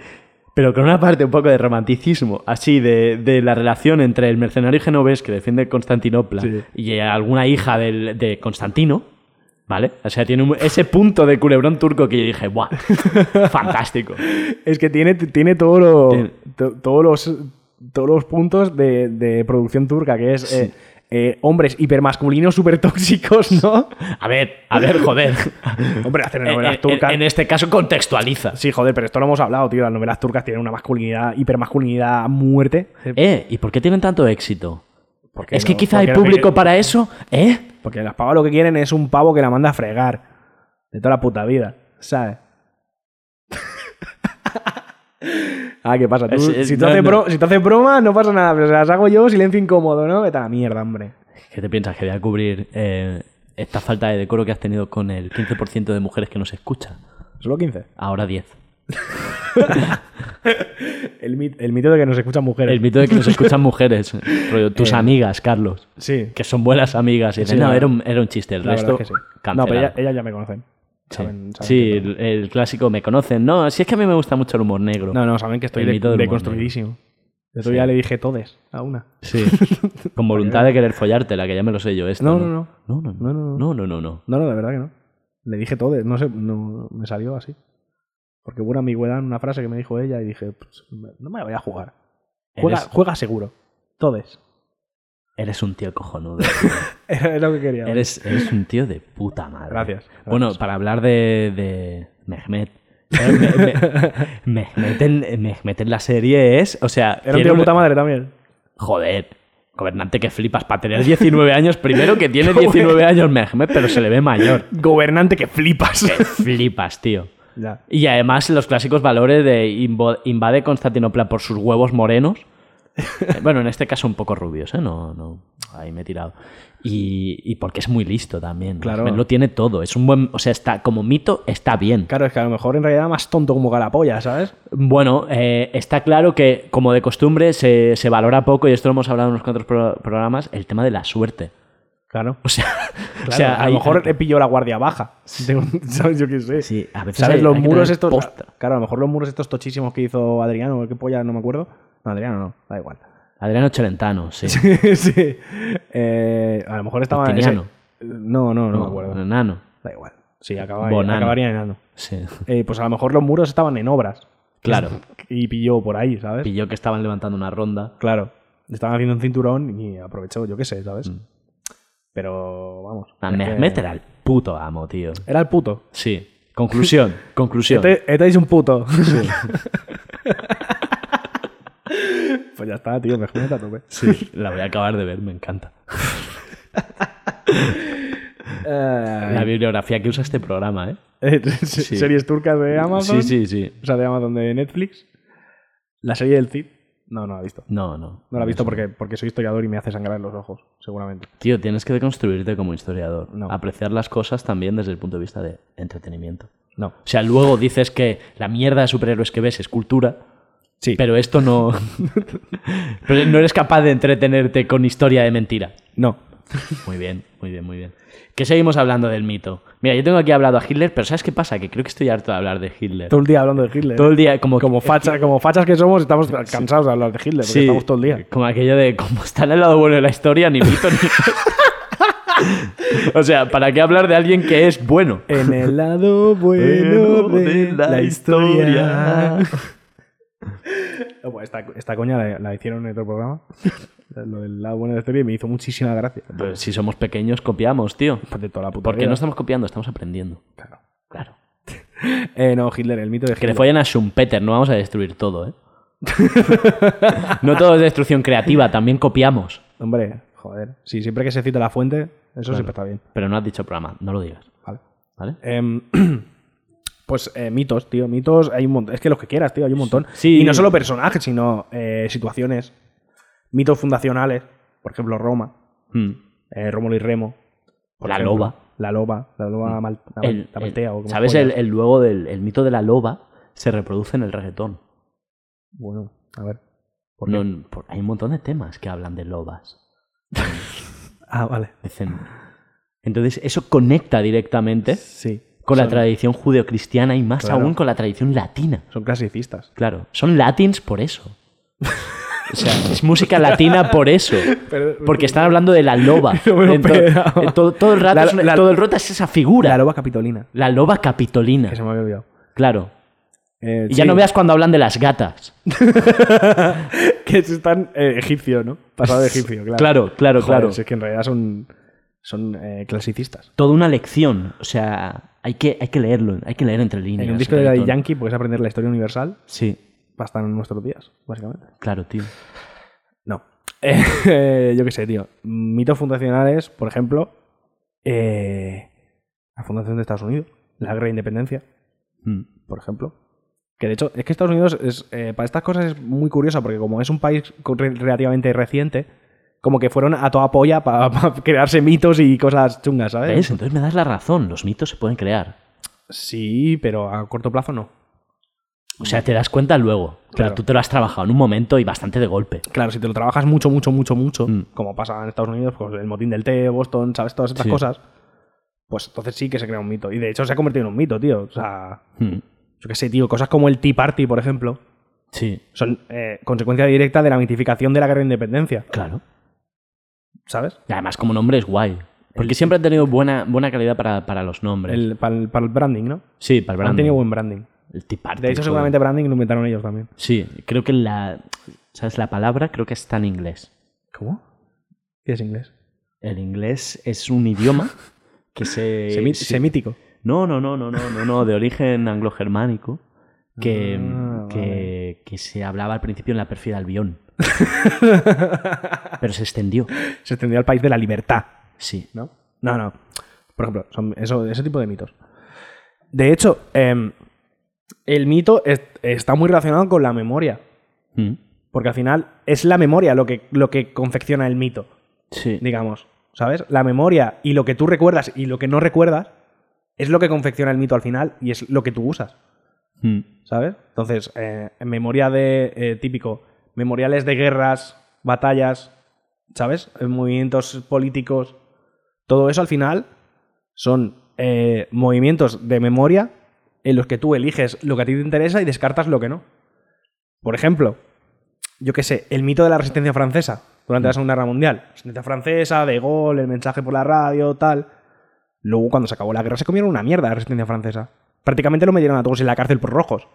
pero con una parte un poco de romanticismo, así de, de la relación entre el mercenario genovés que defiende Constantinopla
Sí.
y alguna hija del- de Constantino, ¿vale? O sea, tiene un- ese punto de culebrón turco que yo dije,
[LAUGHS]
¡buah! ¡Fantástico!
es que tiene, tiene todo lo-
Tiene-
to- todos los todos los puntos de, de producción turca, que es eh, eh, hombres hipermasculinos súper tóxicos,
[LAUGHS]
¿no?
A ver, a ver,
[LAUGHS]
joder.
Hombre, las
en,
telenovelas turcas.
en este caso contextualiza.
Sí, joder, pero esto lo hemos hablado, tío. Las novelas turcas tienen una masculinidad, hipermasculinidad a muerte.
Eh, ¿y por qué tienen tanto éxito?
Porque
Es que
no-
quizá
porque
hay
no
público
quieren-
para eso, ¿eh?
Porque las pavas lo que quieren es un pavo que la manda a fregar. De toda la puta vida, [LAUGHS] ¿sabes? ah, ¿qué pasa? Tú,
Es- es-
si, tú
no,
haces
no.
bro- si tú haces bromas, no pasa nada. Pero se las hago yo, silencio incómodo, ¿no? Vete a la mierda, hombre.
¿Qué te piensas que voy a cubrir eh, esta falta de decoro que has tenido con el 15% de mujeres que nos escucha?
Solo 15.
Ahora 10.
El, mit- el mito de que nos escuchan mujeres.
El mito de que nos
[LAUGHS]
escuchan mujeres, rollo,
Eh.
tus amigas, Carlos,
Sí.
que son buenas amigas. Y dicen,
Sí,
no,
la-
era un, era un chiste, el
La verdad
resto,
es que sí. No,
cancelado".
pero ella- ellas ya me conocen.
Sí,
Saben- saben
Sí,
que-
el, el clásico me conocen. No, si es que a mí me gusta mucho el humor negro.
No, no, saben que estoy
El mito
de-
del
deconstruidísimo.
Sí.
Yo todavía le dije todes a una.
Sí, con voluntad de querer follártela, que ya me lo sé yo esto.
No, no, no.
No, no, no.
No, no, no.
No, no, no, no.
No, no, de verdad que no. Le dije todo, no sé, no, me salió así. Porque hubo una ambigüedad en una frase que me dijo ella y dije, pues, me- no me la voy a jugar. Juega,
Eres,
juega seguro. Todes.
eres un tío cojonudo. tío.
[LAUGHS] Era lo que quería.
eres, eres un tío de puta madre.
Gracias, gracias.
Bueno, para hablar de, de Mehmet. Eh, me- me-
[LAUGHS]
Mehmet, en, Mehmet en la serie es. O sea.
Era un tío
quiero-
de puta madre también.
Joder. Gobernante que flipas para tener 19 [LAUGHS] años. Primero que tiene 19 años Mehmet, pero se le ve mayor.
Gobernante que flipas. [LAUGHS]
Flipas, tío.
ya.
Y además los clásicos valores de invo- invade Constantinopla por sus huevos morenos. Eh, bueno, en este caso un poco rubios, ¿eh? No, no, ahí me he tirado. Y, y porque es muy listo también.
Claro.
Lo tiene todo. Es un buen... O sea, está como mito, está bien.
Claro, es que a lo mejor en realidad más tonto como carapolla, ¿sabes?
Bueno, eh, está claro que, como de costumbre, se, se valora poco, y esto lo hemos hablado en unos cuantos pro- programas, el tema de la suerte.
Claro.
O sea,
[LAUGHS] Claro,
o sea,
a
hay-
lo mejor le pilló la guardia baja. [LAUGHS] ¿Sabes? Yo qué sé.
Sí, a veces
¿Sabes?
hay-
Los
hay que
muros
tener
estos.
posta.
Claro, a lo mejor los muros estos tochísimos que hizo Adriano, o qué polla, no me acuerdo. No, Adriano no, da igual.
Adriano Chelentano, sí.
[LAUGHS] sí. Eh, a lo mejor estaba
Justiniano.
en. ese- No, no, no,
No,
me acuerdo.
Enano,
Da igual. Sí, acababa,
Bonano.
acabaría enano. [LAUGHS]
sí.
Eh, pues a lo mejor los muros estaban en obras.
Claro.
Y pilló por ahí, ¿sabes?
Pilló que estaban levantando una ronda.
Claro. Estaban haciendo un cinturón y aprovechó, yo qué sé, ¿sabes?
Mm.
Pero vamos.
A
es que-
Mehmet era el puto amo, tío.
Era el puto.
Sí.
[LAUGHS]
Conclusión, conclusión.
Este, este es un puto. [LAUGHS] pues ya está, tío, me juro a tope. [LAUGHS]
Sí, la voy a acabar de ver, me encanta. La bibliografía que usa este programa, ¿eh?
Eh,
Sí.
[LAUGHS] Series turcas de Amazon.
Sí, sí, sí.
O sea, de Amazon de Netflix. La serie del Cid. No, no la he visto.
No, no.
No la he visto porque, porque soy historiador y me hace sangrar los ojos, seguramente.
Tío, tienes que deconstruirte como historiador.
No.
Apreciar las cosas también desde el punto de vista de entretenimiento.
No.
O sea, luego dices que la mierda de superhéroes que ves es cultura,
Sí.
pero esto no. [LAUGHS] pero no eres capaz de entretenerte con historia de mentira.
No.
Muy bien, muy bien, muy bien. ¿Qué seguimos hablando del mito? Mira, yo tengo aquí hablado a Hitler, pero ¿sabes qué pasa? Que creo que estoy harto de hablar de Hitler.
Todo el día hablando de Hitler.
Todo el día como...
Como, facha, como fachas que somos, estamos cansados de hablar de Hitler. Porque
Sí,
estamos todo el día.
Como aquello de, como está en el lado bueno de la historia, ni mito ni... [LAUGHS] o sea, ¿para qué hablar de alguien que es bueno?
En el
[LAUGHS]
lado bueno de la historia. [LAUGHS] No, pues esta, esta coña la, la hicieron en
[LAUGHS]
otro programa. Lo del lado bueno de la historia y me hizo muchísima gracia.
Pero si somos pequeños, copiamos, tío.
Pues de toda la puta
Porque
vida.
no estamos copiando, estamos aprendiendo.
Claro.
Claro.
Eh, no, Hitler, el mito de Hitler.
Que le follen a Schumpeter, no vamos a destruir [LAUGHS] todo, ¿eh? no todo es destrucción creativa, también copiamos.
Hombre, joder. Sí, siempre que se cita la fuente, eso siempre está bien.
Pero no has dicho programa, no lo digas,
Vale.
¿vale?
Em, [CLEARS THROAT] pues eh, mitos, tío. Mitos hay un montón. Es que los que quieras, tío, hay un montón.
Sí.
Y no solo personajes, sino eh, situaciones. Mitos fundacionales. Por ejemplo, Roma.
Mm.
eh, Rómulo y Remo. por
La
ejemplo.
loba. Mm.
La loba. La loba mal, la,
El-
la
el-
maltea. o como
¿Sabes?
polla.
El, el luego del el mito de la loba se reproduce en el reggaetón.
Bueno, a ver. ¿Por
No,
qué?
n- por- hay un montón de temas que hablan de lobas.
Ah, vale.
Dicen- Entonces, eso conecta directamente
Sí.
con la
Son-
tradición judeocristiana y más
Claro.
aún con la tradición latina.
Son clasicistas.
Claro, son latins por eso. O sea, es música latina por eso. [LAUGHS] Porque están hablando de la
[LAUGHS]
loba.
No me lo
Ento-
esperaba.
eh, todo, todo el rato
La-
es una-
la-
todo el rato es esa figura.
La loba capitolina.
La loba capitolina.
Que se me había olvidado.
Claro.
Eh,
Y ya
sí.
no veas cuando hablan de las gatas.
[LAUGHS] que es tan eh, egipcio, ¿no? Pasado
[LAUGHS]
de egipcio, claro.
Claro, claro,
Joder,
claro.
si Es que en realidad son, son eh, clasicistas.
Toda una lección. O sea, hay que, hay que leerlo, hay que leer entre líneas.
En un disco de
entre
Daddy
todo.
Yankee puedes aprender la historia universal
Sí,
para estar en nuestros días, básicamente.
claro, tío.
No. [LAUGHS] Eh, yo qué sé, tío. Mitos fundacionales, por ejemplo, eh, la Fundación de Estados Unidos, la Guerra de Independencia,
Mm.
por ejemplo. Que de hecho, es que Estados Unidos es, eh, para estas cosas es muy curioso, porque como es un país co- re- relativamente reciente, como que fueron a toda polla [LAUGHS] para crearse mitos y cosas chungas, ¿sabes?
¿Ves? Entonces me das la razón. Los mitos se pueden crear.
Sí, pero a corto plazo no.
O sea, te das cuenta luego. Pero
Claro.
tú te lo has trabajado en un momento y bastante de golpe.
Claro, si te lo trabajas mucho, mucho, mucho, mucho,
Mm.
como pasa en Estados Unidos, pues el motín del té, Boston, ¿sabes? Todas estas
Sí.
cosas, pues entonces sí que se crea un mito. Y de hecho se ha convertido en un mito, tío. O sea,
Mm.
yo qué sé, tío, cosas como el Tea Party, por ejemplo,
Sí,
son eh, consecuencia directa de la mitificación de la guerra de independencia,
claro.
¿sabes?
Y además, como nombre es guay. Porque siempre han tenido buena, buena calidad para, para los nombres.
El, para, el, para el branding, ¿no?
sí, para el
Han
branding.
tenido buen branding.
El Tea Party,
De hecho,
joder.
seguramente branding lo inventaron ellos también.
Sí, creo que la. ¿Sabes? La palabra creo que está en inglés.
¿Cómo? ¿Qué es inglés?
El inglés es un idioma que [LAUGHS] se.
Semi-
se-
Semítico.
No, no, no, no, no, no, no, de origen anglo-germánico. Que,
Ah,
que, que se hablaba al principio en la perfil de [LAUGHS] Albión. Pero se extendió.
Se extendió al país de la libertad.
Sí.
¿no? No, no. Por ejemplo, son eso, ese tipo de mitos. De hecho, em, el mito es- está muy relacionado con la memoria.
Mm.
Porque al final es la memoria lo que, lo que confecciona el mito,
Sí.
digamos. ¿Sabes? La memoria y lo que tú recuerdas y lo que no recuerdas es lo que confecciona el mito al final y es lo que tú usas.
Mm.
¿Sabes? Entonces, eh, en memoria de. eh, típico. Memoriales de guerras, batallas, ¿sabes? Eh, Movimientos políticos. Todo eso al final son eh, movimientos de memoria en los que tú eliges lo que a ti te interesa y descartas lo que no. Por ejemplo, yo qué sé, el mito de la resistencia francesa durante la Segunda Guerra Mundial. Resistencia francesa, de Gaulle, el mensaje por la radio, tal. Luego, cuando se acabó la guerra, se comieron una mierda la resistencia francesa. Prácticamente lo metieron a todos en la cárcel por rojos.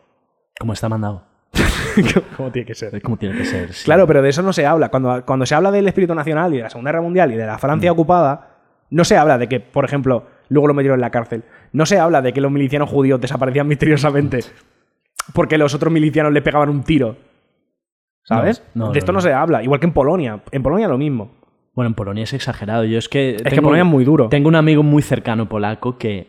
Como está mandado.
[LAUGHS] ¿Cómo tiene que ser?
Es como tiene que ser. sí.
Claro, pero de eso no se habla. Cuando, cuando se habla del espíritu nacional y de la Segunda Guerra Mundial y de la Francia ocupada, no se habla de que, por ejemplo, luego lo metieron en la cárcel. No se habla de que los milicianos judíos desaparecían [LAUGHS] misteriosamente porque los otros milicianos le pegaban un tiro. ¿Sabes?
No, no,
de esto
no,
no,
no.
se habla. Igual que en Polonia. En Polonia lo mismo.
Bueno, en Polonia es exagerado. Yo es que.
es que Polonia es muy duro.
Tengo un amigo muy cercano polaco que,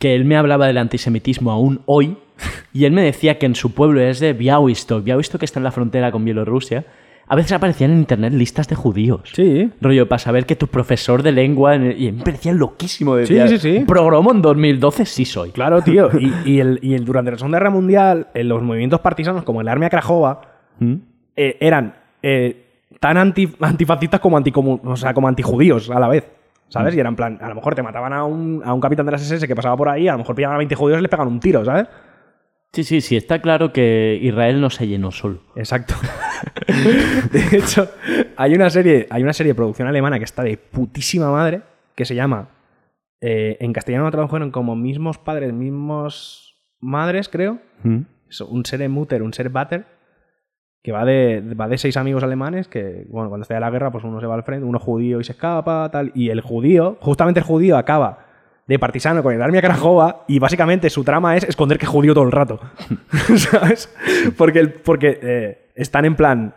que él me hablaba del antisemitismo aún hoy [LAUGHS] y él me decía que en su pueblo es de Białystok, Białystok que está en la frontera con Bielorrusia, a veces aparecían en internet listas de judíos.
Sí.
Rollo, para saber que tu profesor de lengua. en- Y a mí me parecía loquísimo. Decía,
sí, sí.
Progromo en 2012 sí soy.
Claro, tío. Y, y el, y el- durante la Segunda Guerra Mundial, en los movimientos partisanos como el Armia Krajova,
¿Mm?
eh, eran eh, tan anti- antifascistas como, anticomu- o sea, como antijudíos a la vez. ¿Sabes? Y eran en plan, a lo mejor te mataban a un, a un capitán de las SS que pasaba por ahí, a lo mejor pillaban a 20 judíos y les pegaban un tiro, ¿sabes?
Sí, sí, sí. Está claro que Israel no se llenó solo.
Exacto. [LAUGHS] de hecho, hay una serie, hay una serie de producción alemana que está de putísima madre, que se llama. eh, en castellano lo tradujeron como mismos padres, mismos madres, creo. Es un ser muter, un ser batter, que va de, va de seis amigos alemanes que, bueno, cuando está la guerra, pues uno se va al frente, uno judío y se escapa, tal. Y el judío, justamente el judío, acaba de partisano con el Armia Krajova y básicamente su trama es esconder que es judío todo el rato. [LAUGHS] ¿Sabes? Porque, el- porque eh, están en plan.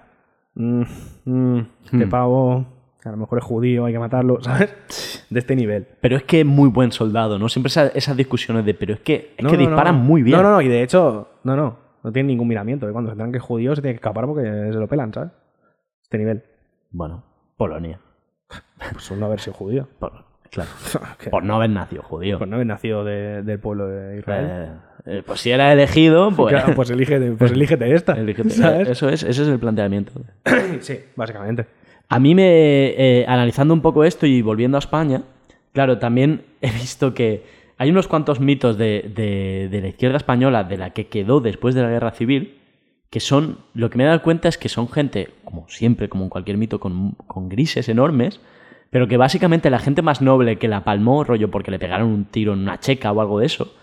mm, mm, este
Hmm.
pavo, a lo mejor es judío, hay que matarlo, [LAUGHS] ¿sabes? De este nivel.
Pero es que es muy buen soldado, ¿no? Siempre esa- esas discusiones de, pero es que, es
No,
que
no, no.
disparan muy bien.
No, no, no, y de hecho, no, no, no tienen ningún miramiento. que Cuando se tengan que judíos se tienen que escapar porque se lo pelan, ¿sabes? Este nivel.
Bueno, Polonia.
Pues no haber sido [LAUGHS] judío.
Por, claro.
Que-
Por no haber nacido judío.
Pues no haber nacido de- del pueblo de [LAUGHS] Israel.
Eh, eh, pues si era
[LAUGHS]
elegido, pues.
Claro, pues elígete, pues elígete esta.
[LAUGHS] elígete.
[LAUGHS] ¿sabes?
Eso es, ese es el planteamiento.
Sí, básicamente.
A mí me. eh, analizando un poco esto y volviendo a España, claro, también he visto que hay unos cuantos mitos de, de- de la izquierda española, de la que quedó después de la guerra civil, que son. Lo que me he dado cuenta es que son gente, como siempre, como en cualquier mito, con, con grises enormes. Pero que básicamente la gente más noble que la palmó, rollo porque le pegaron un tiro en una checa o algo de eso,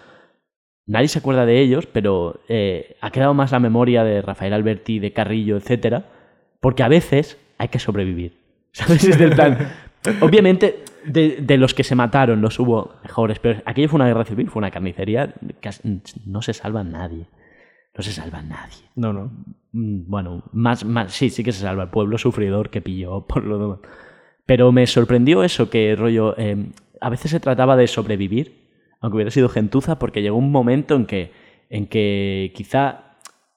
Nadie se acuerda de ellos, pero eh, ha quedado más la memoria de Rafael Alberti, de Carrillo, etcétera, Porque a veces hay que sobrevivir. [LAUGHS] ¿Sabes? Es del plan. Obviamente, de, de los que se mataron, los hubo mejores, pero aquello fue una guerra civil, fue una carnicería. casi- no se salva nadie. No se salva nadie.
No, no.
Mm, Bueno, más, más, sí, sí que se salva el pueblo sufridor que pilló [LAUGHS] por lo demás. Pero me sorprendió eso, que rollo, eh, a veces se trataba de sobrevivir, aunque hubiera sido gentuza, porque llegó un momento en que, en que quizá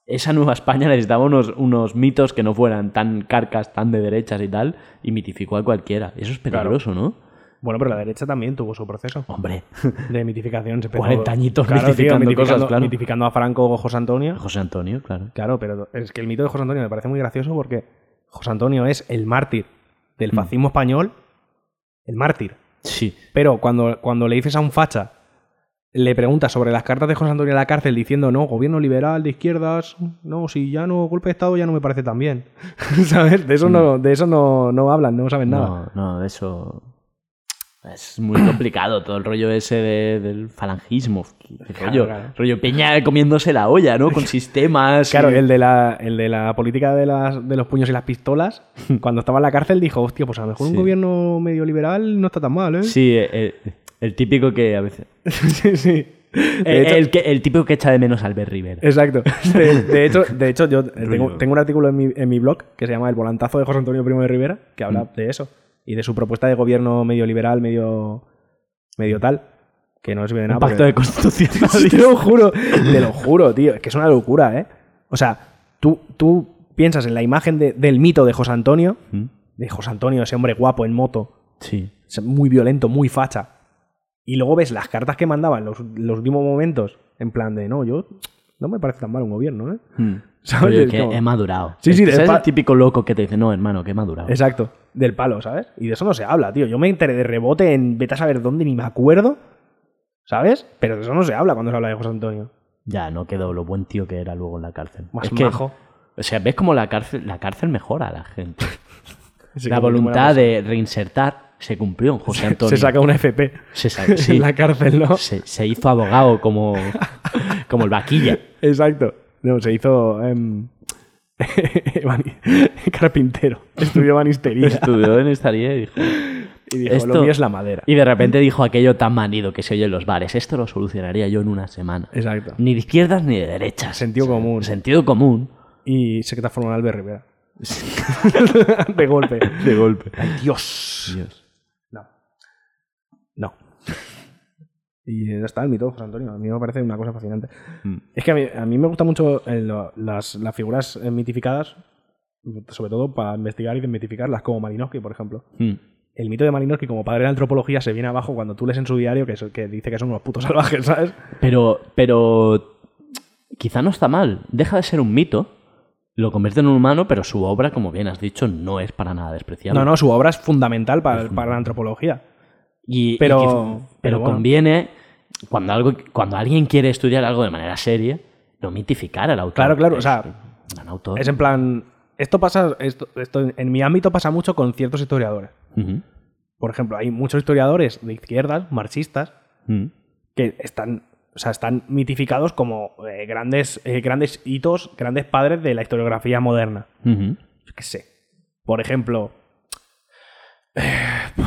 esa nueva España [LAUGHS] necesitaba unos, unos mitos que no fueran tan carcas, tan de derechas y tal, y mitificó a cualquiera. Eso es peligroso, ¿no?
Bueno, pero la derecha también tuvo su proceso
Hombre, [LAUGHS]
de mitificación. Se empezó-
40 añitos
Claro, tío,
mitificando
mitificando-
cosas, claro.
Mitificando a Franco o José Antonio.
José Antonio, claro.
Claro, pero es que el mito de José Antonio me parece muy gracioso porque José Antonio es el mártir
Mm.
del fascismo español. El mártir.
Sí.
Pero cuando, cuando le dices a un facha, le preguntas sobre las cartas de José Antonio en la cárcel diciendo, no, gobierno liberal de izquierdas, no, si ya no, golpe de Estado ya no me parece tan bien. [LAUGHS] ¿Sabes? De eso, no, de eso no, no hablan, no saben Pues nada.
Mm. No, no, eso. Es muy [CLEARS THROAT] complicado todo el rollo ese de- del falangismo. El
Claro,
rollo,
claro.
rollo Peña comiéndose la olla, ¿no?
[LAUGHS]
Con sistemas. y-
Claro, el de la, el de la política de, las, de los puños y las
[LAUGHS]
pistolas, cuando estaba en la cárcel dijo, hostia, pues a lo mejor
Sí.
un gobierno medio liberal no está tan mal, ¿eh?
Sí, el, el típico que a veces.
[LAUGHS]
[LAUGHS]
sí, sí.
El,
De hecho-
Eh, el que- el típico que echa de menos a Albert Rivera.
[LAUGHS] Exacto. De, de hecho, de hecho, yo tengo,
Ruido.
tengo un artículo en mi, en mi blog que se llama El volantazo de José Antonio Primo de Rivera, que habla
Mm.
de eso. Y de su propuesta de gobierno medio liberal, medio. medio tal. Que no es bien
Un
nada.
pacto
porque-
de
[LAUGHS]
constitución.
Te lo juro, te lo juro, tío. Es que es una locura, ¿eh? O sea, tú, tú piensas en la imagen de- del mito de José Antonio, de José Antonio, ese hombre guapo en moto,
Mm, Sí.
o sea, muy violento, muy facha. Y luego ves las cartas que mandaban los, los últimos momentos, en plan de, no, yo no me parece tan mal un gobierno, ¿eh? ¿Sabes?
Rollo
Es
que
como-
he madurado.
Sí, sí,
Es-
del
¿sabes
pa-
el típico loco que te dice, no, hermano, que he madurado.
Exacto, del palo, ¿sabes? Y de eso no se habla, tío. Yo me enteré de rebote en vete a saber dónde, ni me acuerdo, ¿sabes? Pero de eso no se habla cuando se habla de José Antonio.
Ya, no quedó lo buen tío que era luego en la cárcel.
Más
Es que-
majo.
O sea, ves cómo la cárcel, la cárcel mejora a la gente.
Sí,
la
como
voluntad
buena
de reinsertar se cumplió en José
persona.
Antonio.
[LAUGHS] Se saca una FP [LAUGHS]
Se sa- sí.
en la cárcel, ¿no?
Se- se hizo abogado como, como el vaquilla.
Exacto. No, se hizo... em, [LAUGHS] bani- [LAUGHS] carpintero. Estudió
[LAUGHS]
banistería.
Estudió en estaría y dijo.
y dijo,
Esto-
lo mío es la madera.
Y de repente dijo aquello tan manido que se oye en los bares. Esto lo solucionaría yo en una semana.
Exacto.
Ni de izquierdas ni de derechas.
Sentido común.
Sentido común.
Y se transformó en Albert [LAUGHS] Rivera. de golpe.
De golpe.
Ay, Dios. No. No. Y ya está el mito de José Antonio. A mí me parece una cosa fascinante.
Mm.
Es que a mí, a mí me gustan mucho eh, lo- las, las figuras eh, mitificadas, sobre todo para investigar y desmitificarlas, como Malinowski, por ejemplo.
Mm.
El mito de Malinowski como padre de la antropología se viene abajo cuando tú lees en su diario que, so- que dice que son unos putos [LAUGHS] salvajes, ¿sabes?
Pero, pero quizá no está mal. Deja de ser un mito, lo convierte en un humano, pero su obra, como bien has dicho, no es para nada despreciable.
No, no, su obra es fundamental para, para la antropología.
Y, y
Pero-
quiz-
pero
pero
bueno.
conviene, cuando, algo, cuando alguien quiere estudiar algo de manera seria, no mitificar al autor.
Claro, claro, o
Es
sea,
un autor.
Es en plan, esto pasa, esto, esto en mi ámbito pasa mucho con ciertos historiadores.
Ujú.
Por ejemplo, hay muchos historiadores de izquierdas, marxistas,
Mm.
que están, o sea, están mitificados como eh, grandes, eh, grandes hitos, grandes padres de la historiografía moderna.
Ujú.
Yo qué sé. Por ejemplo, eh,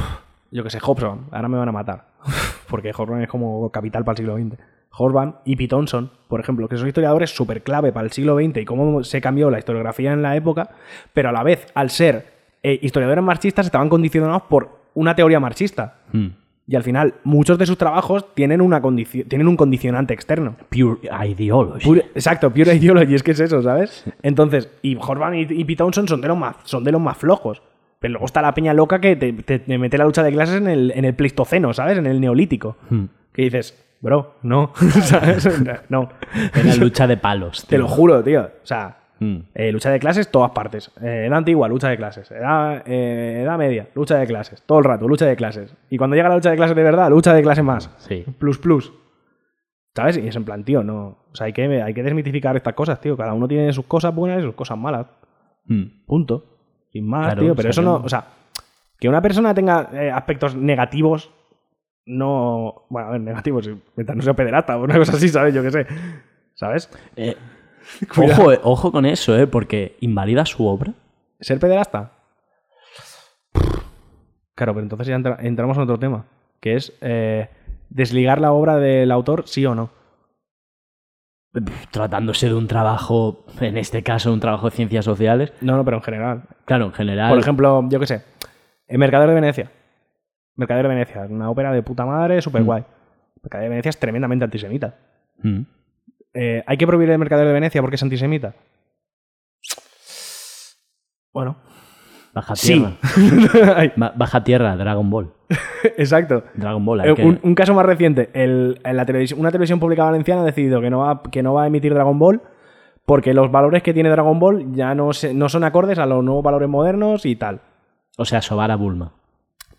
yo qué sé, Hobson. Ahora me van a matar. [LAUGHS] Porque Hobson es como capital para el siglo XX. Hobson y Pitonson, por ejemplo, que son historiadores súper clave para el siglo XX y cómo se cambió la historiografía en la época, pero a la vez, al ser eh, historiadores marxistas, estaban condicionados por una teoría marxista.
Mm.
Y al final, muchos de sus trabajos tienen, una condici- tienen un condicionante externo.
Pure ideology.
Pure- exacto, pure ideology, es que es eso, ¿sabes? Entonces, y Horvan y, y Pete Townshend son de los más, son de los más flojos. Pero luego está la peña loca que te, te- te mete la lucha de clases en el, en el Pleistoceno, ¿sabes? En el Neolítico.
Mm.
Que dices, bro, no, [LAUGHS] ¿sabes? No. [LAUGHS]
Era lucha de palos.
Te
tío.
lo juro, tío. O sea,
Mm.
eh, lucha de clases, todas partes. Eh, edad antigua, lucha de clases. Edad, eh, edad media, lucha de clases. Todo el rato, lucha de clases. Y cuando llega la lucha de clases de verdad, lucha de clases más.
Sí.
Plus, plus. ¿Sabes? Y es en plan, tío, no. O sea, hay que, hay que desmitificar estas cosas, tío. Cada uno tiene sus cosas buenas y sus cosas malas.
Mm.
Punto. Sin más,
Claro,
tío. Pero eso no.
sabiendo.
O sea, que una persona tenga eh, aspectos negativos, no. Bueno, a ver, negativos, mientras no sea pederasta o una cosa así, ¿sabes? Yo qué sé. ¿Sabes? [LAUGHS]
Eh, ojo, eh, ojo con eso, eh, porque invalida su obra.
¿Ser pederasta? Claro, pero entonces ya entra- entramos en otro tema, que es eh, desligar la obra del autor, sí o no.
Pf, Tratándose de un trabajo, en este caso un trabajo de ciencias sociales,
No, no, pero en general.
claro, en general...
Por ejemplo, yo qué sé, El Mercader de Venecia. Mercader de Venecia, una ópera de puta madre, súper guay. Mercader de Venecia es tremendamente antisemita.
Mm.
Eh, ¿Hay que prohibir el Mercader de Venecia porque es antisemita? Bueno, [LAUGHS]
Baja
Sí.
tierra.
Ay,
Ba- baja tierra, Dragon Ball.
exacto.
Dragon Ball, hay
Eh,
que-
un, un caso más reciente, el- en la televisión, una televisión pública valenciana ha decidido que no, va, que no va a emitir Dragon Ball porque los valores que tiene Dragon Ball ya no, se- no son acordes a los nuevos valores modernos y tal,
O sea, sobar a Bulma.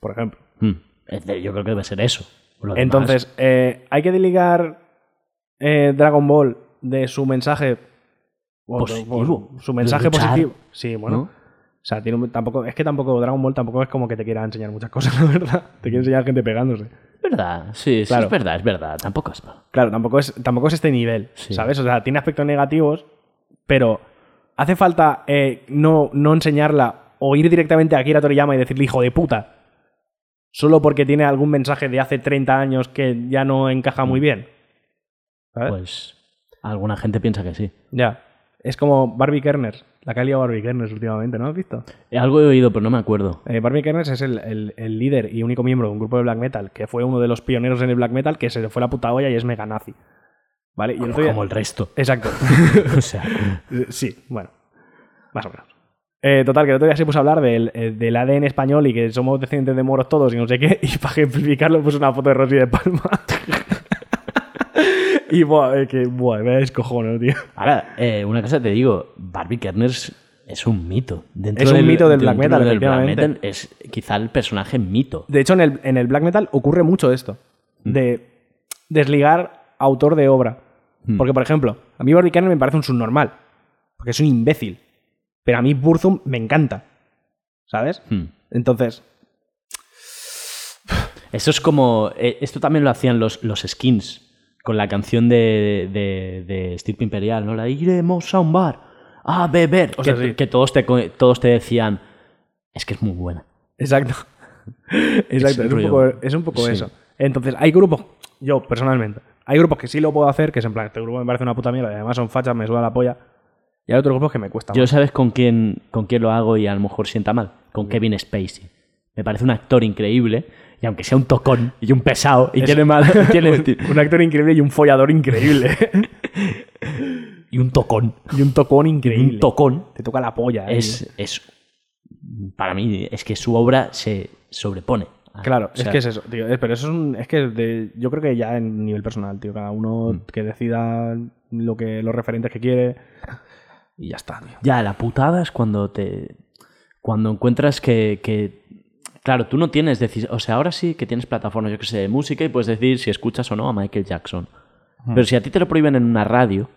por ejemplo.
Mm. Es de- Yo creo que debe ser eso. Lo demás-
Entonces, eh, ¿hay que desligar eh, Dragon Ball de su mensaje o-
Positivo.
o- su mensaje
De luchar.
positivo. Sí, bueno.
¿No?
O sea, tiene un- tampoco, es que tampoco Dragon Ball tampoco es como que te quiera enseñar muchas cosas, [LAUGHS] la verdad. Te quiere enseñar gente pegándose.
Verdad, sí, sí,
Claro.
es verdad, es verdad. Tampoco es mal.
Claro, tampoco es, tampoco es este nivel,
Sí.
¿sabes? O sea, tiene aspectos negativos, pero hace falta eh, no, no enseñarla o ir directamente a Akira Toriyama y decirle hijo de puta. Solo porque tiene algún mensaje de hace 30 años que ya no encaja muy bien. ¿Sabes?
Mm. Pues alguna gente piensa que sí.
Ya. Es como Barbie Kerners. La que ha liado Barbie Kerners últimamente, ¿no has visto?
Eh, Algo he oído, pero no me acuerdo.
Eh, Barbie Kerners es el, el- el líder y único miembro de un grupo de black metal, que fue uno de los pioneros en el black metal, que se le fue la puta olla y es mega nazi. ¿Vale? Y el otro día-
Como el resto. [LAUGHS]
Exacto.
O sea,
Eh, Sí, bueno. Más o menos. Eh, total, que el otro día se puso a hablar del, eh, del ADN español y que somos descendientes de moros todos y no sé qué, [LAUGHS] y para ejemplificarlo puso una foto de Rosy de Palma. [LAUGHS] y buah, es que, buah, me descojono, tío.
ahora, eh, una cosa te digo, Barbie Kerners es un mito. Dentro
Es un mito del black
dentro
metal,
del black
efectivamente.
metal es quizá el personaje mito.
De hecho, en el, en el black metal ocurre mucho esto, de desligar autor de obra.
Mm.
Porque, por ejemplo, a mí Barbie Kernel me parece un subnormal, porque es un imbécil. Pero a mí Burzum me encanta, ¿sabes?
Hmm.
Entonces,
Esto es como. eh, esto también lo hacían los, los skins con la canción de, de, de Estirpe Imperial, ¿no? La de, iremos a un bar a beber.
O sea,
que,
sí.
que todos, te, co- todos te decían, es que es muy buena.
Exacto. [LAUGHS] Exacto, es, un
rollo.
poco, es un poco
Sí.
eso. Entonces, hay grupos, yo personalmente, hay grupos que sí lo puedo hacer, que es en plan, este grupo me parece una puta mierda y además son fachas, me suda la polla. Y hay otros grupos que me cuesta
Yo
más.
sabes con quién, con quién lo hago y a lo mejor sienta mal. Con Kevin Spacey. Me parece un actor increíble y aunque sea un tocón y un pesado y tiene mal...
[LAUGHS]
tiene-
Un actor increíble y un follador increíble.
[LAUGHS] y un tocón.
y un tocón
y
increíble.
Un tocón.
Te toca la polla. eh, tío.
Es, es... Para mí es que su obra se sobrepone.
Claro,
O sea,
es que es eso, tío. Es- pero eso es un. Es que de- yo creo que ya en nivel personal, tío. Cada
Mm.
uno que decida lo que, los referentes que quiere. Y ya está, tío.
Ya, la putada es cuando te. Cuando encuentras que. que- claro, tú no tienes. deci- O sea, ahora sí que tienes plataformas, yo que sé, de música y puedes decidir si escuchas o no a Michael Jackson. Pero si a ti te lo prohíben en una radio,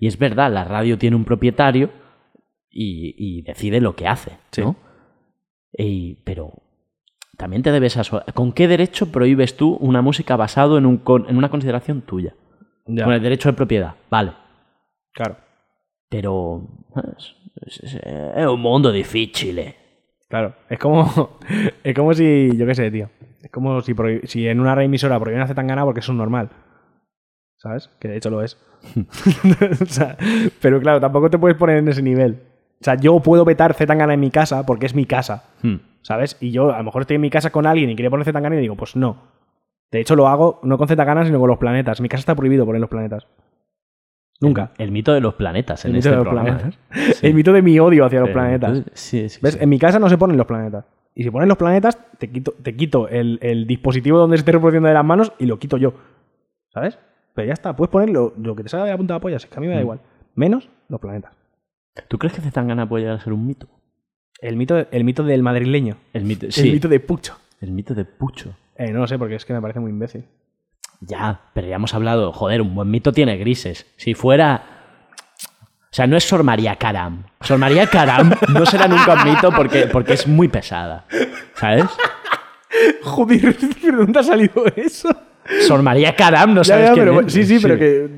y es verdad, la radio tiene un propietario y, y decide lo que hace, ¿no? Y- pero. También te debes a su- ¿Con qué derecho prohíbes tú una música basado en, un con- en una consideración tuya?
Ya,
Con el derecho de propiedad, vale.
Claro.
Pero ¿sabes? es, es- es un mundo difícil. eh.
Claro, es como, [LAUGHS] es como si, yo qué sé, tío. Es como si, prohi- si en una reemisora prohíben hacer tangana porque es un normal. ¿Sabes? Que de hecho lo es. [LAUGHS] O sea, pero claro, tampoco te puedes poner en ese nivel. O sea, yo puedo vetar Zetangana en mi casa porque es mi casa,
Hmm.
¿sabes? Y yo a lo mejor estoy en mi casa con alguien y quiere poner Zetangana y digo, pues no. De hecho lo hago no con Zetangana sino con los planetas. En mi casa está prohibido poner los planetas. Nunca.
El, mito de los planetas en
El mito
este
de los
programa.
planetas.
¿eh? Sí.
El mito de mi odio hacia los
Eh,
planetas.
entonces- sí, sí,
¿Ves?
sí.
En mi casa no se ponen los planetas. Y si ponen los planetas, te quito, te quito el, el dispositivo donde se esté reproduciendo de las manos y lo quito yo. ¿Sabes? Pero ya está, puedes poner lo, lo que te salga de la punta de la polla, si es que a mí me da
Mm.
igual. Menos los planetas.
¿Tú crees que Zetangana puede llegar a ser un mito?
El mito, el mito del madrileño.
El mito, sí,
El mito de Pucho.
de Pucho.
Eh, no lo sé, porque es que me parece muy imbécil.
Ya, pero ya hemos hablado. Joder, un buen mito tiene grises. Si fuera. O sea, no es Sor María Caram. Sor María Caram no será nunca un mito porque, porque es muy pesada. ¿Sabes?
[LAUGHS] Joder, ¿de dónde ha salido eso?
Sor María Caram, no sabes
Ya, ya,
quién
pero-
es.
sí, sí, pero que.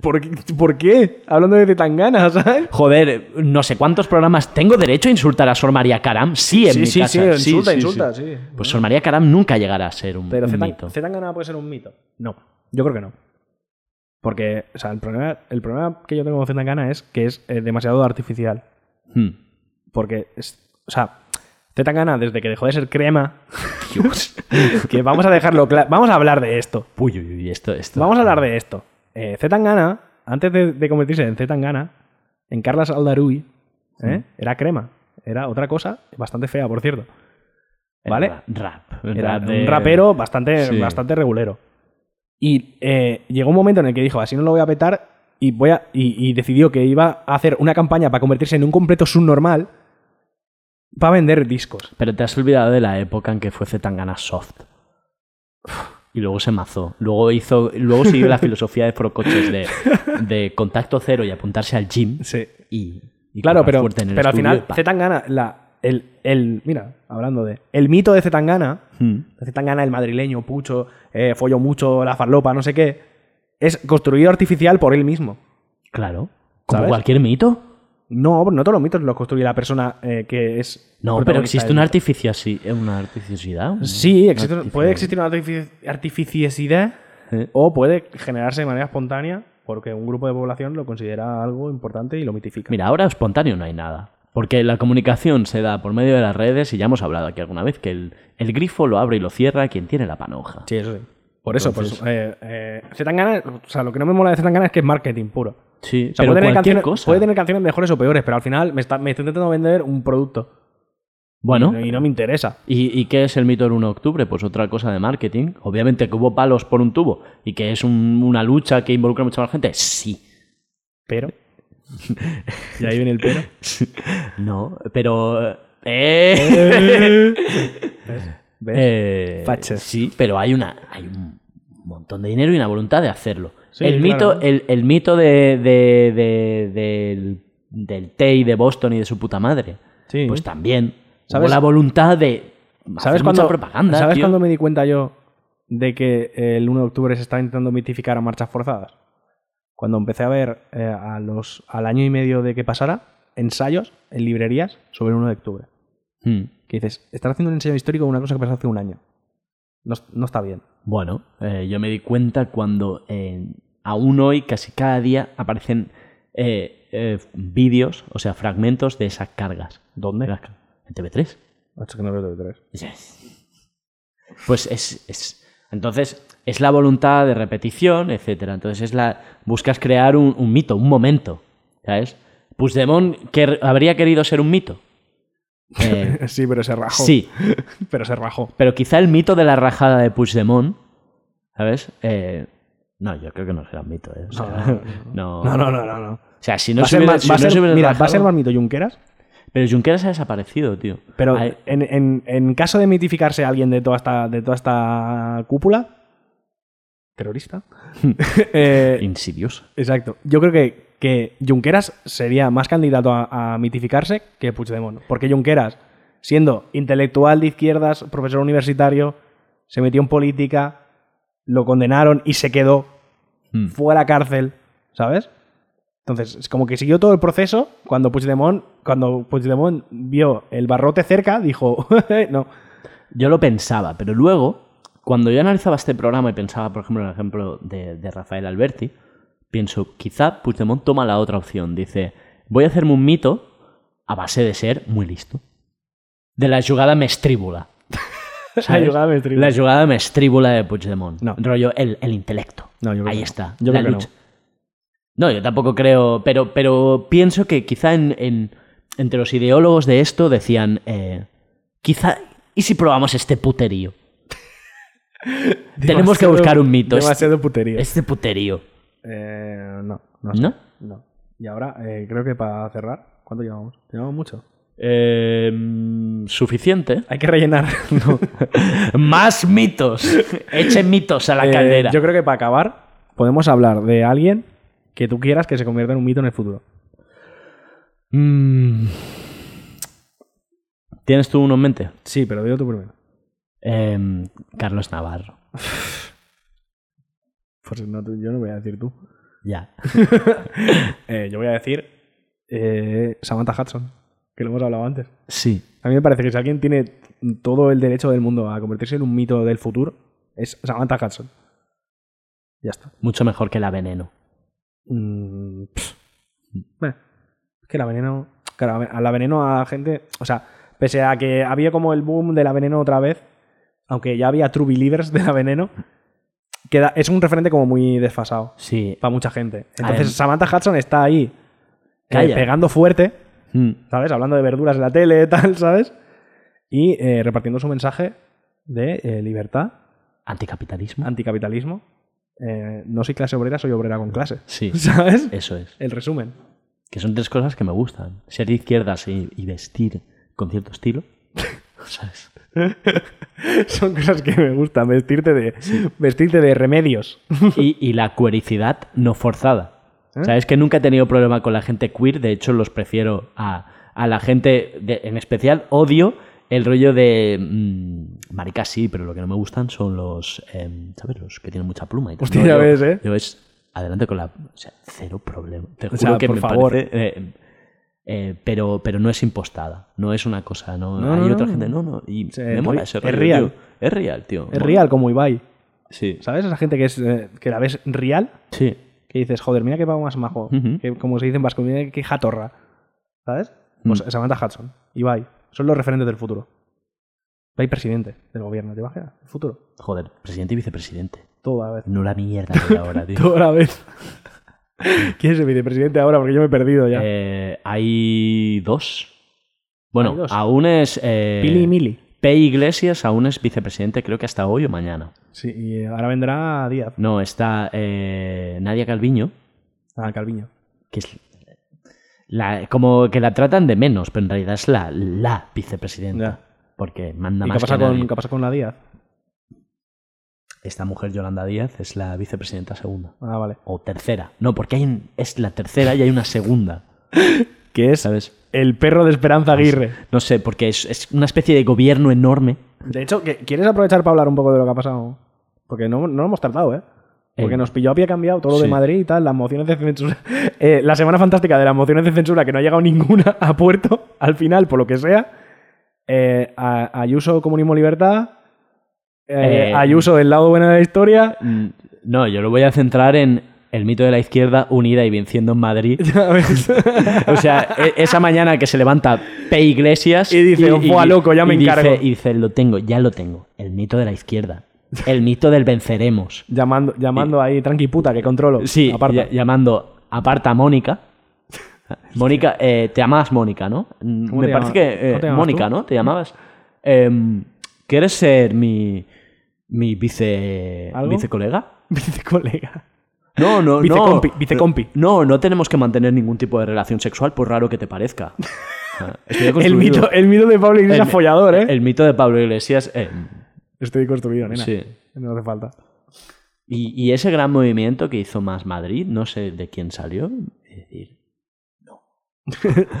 ¿por, qué- por qué? Hablando de Tetangana, ¿sabes?
Joder, no sé cuántos programas. ¿Tengo derecho a insultar a Sor María Caram? Sí, en
Sí,
mi
sí,
casa.
sí, insulta, insulta, sí.
Pues Sor María Caram nunca llegará a ser un,
Pero
un
Zetan-
mito.
Zetangana puede ser un mito. No, yo creo que no. Porque, o sea, el problema, el problema que yo tengo con Zetangana es que es eh, demasiado artificial.
Hmm.
Porque, es- o sea, Zetangana, desde que dejó de ser crema. [LAUGHS] que vamos a dejarlo claro. Vamos a hablar de esto.
Uy, uy, uy, esto, esto.
Vamos a hablar de esto. Eh, Zetangana, antes de, de convertirse en Zetangana, en Carla Aldarui, ¿eh? era crema. Era otra cosa bastante fea, por cierto.
Era
¿Vale?
ra- Rap.
Era
Rap de-
un rapero bastante,
Sí.
bastante regulero. Y eh, llegó un momento en el que dijo, así no lo voy a petar, y, voy a, y, y decidió que iba a hacer una campaña para convertirse en un completo subnormal para vender discos.
Pero te has olvidado de la época en que fue Zetangana soft. Y luego se mazó. Luego hizo, luego siguió
[LAUGHS]
la filosofía de Forocoches de, de contacto cero y apuntarse al gym.
Sí.
Y, y
Claro,
correr
pero,
fuerte en el
pero al
estudio
final,
y pa.
Zetangana, la, el, el, mira, hablando de... El mito de Zetangana,
Hmm.
Zetangana, el madrileño, pucho, eh, follo mucho, la farlopa, no sé qué, es construido artificial por él mismo.
Claro. Como
¿Sabes?
cualquier mito.
No, no todos los mitos los construye la persona eh, que es...
No, pero
protagonista
existe
del
una
mito.
artificiosidad. Una artificiosidad. un-
Pues Sí, existe-
artificio-
puede existir una artifici- artificiosidad
Eh.
o puede generarse de manera espontánea porque un grupo de población lo considera algo importante y lo mitifica.
Mira, ahora espontáneo no hay nada. Porque la comunicación se da por medio de las redes y ya hemos hablado aquí alguna vez que el, el grifo lo abre y lo cierra quien tiene la panoja.
Sí, eso sí. Por eso, por eso, eh, eh, Zetangana, o sea, lo que no me mola de Zetangana es que es marketing puro. O
Sí,
sea,
pero
puede, tener
cualquier
canciones,
cosa.
puede tener canciones mejores o peores, pero al final me está, me está intentando vender un producto
Bueno,
y no me interesa.
¿Y, y qué es el mito del 1 de octubre? Pues otra cosa de marketing. Obviamente que hubo palos por un tubo y que es un- una lucha que involucra a mucha más gente. Sí. [LAUGHS]
Pero. y ahí viene
[LAUGHS]
el pero.
No, pero... Eh,
¿Ves?
Eh,
Faches.
sí, pero hay, una, hay un montón de dinero y una voluntad de hacerlo.
Sí,
el,
claro.
mito, el, el mito de, de- de- del, del TEI de Boston y de su puta madre.
Sí.
Pues también. ¿Sabes?
¿Sabes?
la voluntad de...
¿Sabes
hacer
cuándo,
mucha propaganda,
¿sabes
tío.
cuándo me di cuenta yo de que eh, el 1 de octubre se estaba intentando mitificar a marchas forzadas? Cuando empecé a ver eh, a los, al año y medio de que pasara ensayos en librerías sobre el 1 de octubre.
Mm.
Que dices, están haciendo un ensayo histórico de una cosa que pasó hace un año. No, es- no está bien.
Bueno, eh, yo me di cuenta cuando eh, aún hoy, casi cada día, aparecen eh, eh, vídeos, o sea, fragmentos de esas cargas.
¿Dónde?
De las car- En TV3.
Es que no veo TV3.
Pues es, es- Entonces, es la voluntad de repetición, etcétera. Entonces, es la. Buscas crear un, un mito, un momento. ¿Sabes? Puigdemont que habría querido ser un
[LAUGHS]
mito. Eh,
[LAUGHS] Sí, pero se rajó.
sí,
Pero se rajó.
pero quizá el mito de la rajada de Puigdemont, ¿sabes? Eh, no, yo creo que no será un mito, ¿eh? O sea, [LAUGHS] no,
No, no, no, no. no.
O sea, si no
va a
se
ser,
hubiera,
más-
si
va a
no
ser-
se hubiera
mira, va a
rajado-
ser más mito Junqueras,
Pero Junqueras ha desaparecido, tío.
pero eh,
Ay,
en, en- en caso de mitificarse a alguien de toda esta, de toda esta cúpula terrorista, [LAUGHS] eh,
insidioso.
Exacto. Yo creo que, que Junqueras sería más candidato a, a mitificarse que Puigdemont. Porque Junqueras, siendo intelectual de izquierdas, profesor universitario, se metió en política, lo condenaron y se quedó
Mm.
fuera a la cárcel, ¿sabes? Entonces, es como que siguió todo el proceso. Cuando Puigdemont, cuando Puigdemont vio el barrote cerca, dijo, [LAUGHS] no.
Yo lo pensaba, pero luego, cuando yo analizaba este programa y pensaba, por ejemplo, en el ejemplo de, de Rafael Alberti, pienso, quizá Puigdemont toma la otra opción. Dice, voy a hacerme un mito a base de ser muy listo. De la jugada mestríbula. ¿Sabes?
jugada mestríbula.
La jugada mestríbula de Puigdemont.
No.
Rollo, el, el intelecto.
No, yo creo
Ahí
que no.
está.
Yo
la
creo que
lucha. No. yo tampoco creo, pero, pero pienso que quizá en, en- entre los ideólogos de esto decían, eh, quizá, ¿y si probamos este puterío? Tenemos que
Demasiado-
buscar un mito. Este,
Demasiado putería.
este puterío.
Eh, no, no. sé.
¿No?
No. Y ahora, eh, creo que para cerrar, ¿cuánto llevamos? Llevamos mucho.
Em, Suficiente.
Hay que rellenar. [LAUGHS] No.
[LAUGHS] Más [LAUGHS] mitos. Echen mitos a la
Eh,
caldera.
yo creo que para acabar, podemos hablar de alguien que tú quieras que se convierta en un mito en el futuro.
Mm. ¿Tienes tú uno en mente?
Sí, pero digo tú primero.
Em, Carlos Navarro.
Pues no, tú- yo no voy a decir tú.
Ya.
Eh, yo voy a decir eh, Samantha Hudson, que lo hemos hablado antes.
Sí.
A mí me parece que si alguien tiene todo el derecho del mundo a convertirse en un mito del futuro, es Samantha Hudson. Ya está.
Mucho mejor que la veneno.
Mm, pff. Bueno, es que la veneno. Claro, a la veneno a la gente. O sea, pese a que había como el boom de la veneno otra vez, aunque ya había true believers de la veneno, queda, es un referente como muy desfasado
Sí.
para mucha gente.
Adem-
Entonces, Samantha Hudson está ahí eh,
Calla.
pegando fuerte,
Mm.
¿sabes? Hablando de verduras en la tele, [LAUGHS] tal, ¿sabes? Y eh, repartiendo su mensaje de eh, libertad,
Anticapitalismo.
anticapitalismo. eh, no soy clase obrera, soy obrera con clase.
Sí.
[LAUGHS]
Eh.
¿Sabes?
Eso es.
El resumen.
Que son tres cosas que me gustan. Ser de izquierdas y, y vestir con cierto [LAUGHS] estilo. ¿Sabes?
[LAUGHS] Son cosas que me gustan. Vestirte de, vestirte de remedios.
[LAUGHS] Y, y la cuericidad no forzada.
¿Eh?
O sea, es que nunca he tenido problema con la gente queer. De hecho, los prefiero a, a la gente... de- en especial odio el rollo de... mm, maricas sí, pero lo que no me gustan son los... em, ¿Sabes? Los que tienen mucha pluma. Y tal.
Hostia,
No,
ya
yo-
ves, ¿eh?
Yo es... Adelante con la... O sea, cero problema. Te juro
sea,
que
por
me
favor.
parece, eh, eh, pero, pero no es impostada, no es una cosa, no,
No,
hay
no,
otra
no.
gente, no, no, y
Se-
me mola ese
es
rollo,
real.
tío. Es real, tío.
Es
Mola.
real como Ibai.
Sí.
¿Sabes? Esa gente que, es, eh, que la ves real,
Sí.
que dices, joder, mira que pavo más majo.
Ujú.
que, como se dice en vasco, mira que jatorra. ¿Sabes? Pues
Mm.
Samantha Hudson, Ibai. Son los referentes del futuro. Ibai presidente del gobierno, ¿te imaginas? El futuro.
Joder, presidente y vicepresidente.
Todo a la vez.
No la mierda que hay
[LAUGHS]
ahora, tío.
Todo a la vez. ¿Quién es el vicepresidente ahora? Porque yo me he perdido ya.
Eh, hay dos. Bueno,
Hay dos.
aún es. Eh,
Pili y Mili.
P. Iglesias aún es vicepresidente, creo que hasta hoy o mañana.
Sí, y ahora vendrá Díaz.
No, está eh, Nadia Calviño,
Ah, Calviño.
que es. la- como que la tratan de menos, pero en realidad es la, la vicepresidenta. Porque manda
¿Y
más.
qué pasa,
que nadie.
con, qué pasa con la Díaz?
Esta mujer, Yolanda Díaz, es la vicepresidenta segunda.
Ah, vale.
O tercera. No, porque hay un- es la tercera y hay una segunda.
Que es
¿Sabes? Pues,
el perro de Esperanza Aguirre.
No sé, porque es, es una especie de gobierno enorme.
De hecho, que- ¿quieres aprovechar para hablar un poco de lo que ha pasado? Porque no, no lo hemos tratado, ¿eh? Porque
Eh.
nos pilló a pie cambiado todo lo de
Sí.
Madrid y tal, las mociones de censura. [LAUGHS] Eh, la semana fantástica de las mociones de censura, que no ha llegado ninguna [LAUGHS] a puerto, al final, por lo que sea. Eh, a- Ayuso, Comunismo, Libertad. Eh,
Eh.
Ayuso, del lado bueno de la historia. [LAUGHS]
Mm, No, yo lo voy a centrar en el mito de la izquierda unida y venciendo en Madrid.
Ya ves.
O sea, e- esa mañana que se levanta P. Iglesias.
Y dice, "Buah, loco, ya me
y dice-
encargo".
y dice, lo tengo, ya lo tengo. El mito de la izquierda. El mito del venceremos.
[LAUGHS] llamando llamando ahí, tranqui puta, que controlo.
Sí,
aparte.
ll-
[LAUGHS]
llamando aparta a Mónica. Mónica, eh, te llamabas Mónica, ¿no? Mm,
¿Cómo
Me
te
parece
llama-
que eh,
cómo te llamas
Mónica,
tú?
¿no? Te llamabas. Em, ¿Quieres ser mi, mi vice,
¿Algo?
vicecolega?
Vicecolega.
No, no,
Vicecompi,
no.
vicecompi.
No, no tenemos que mantener ningún tipo de relación sexual, por raro que te
[LAUGHS]
parezca. Ah, estoy
El
deconstruido.
mito, el mito de Pablo Iglesias
El-
follador, ¿eh?
El mito de Pablo Iglesias. em,
Estoy construido, nena.
sí.
No hace falta.
Y, y ese gran movimiento que hizo Más Madrid, no sé de quién salió, es decir,
[LAUGHS]
no.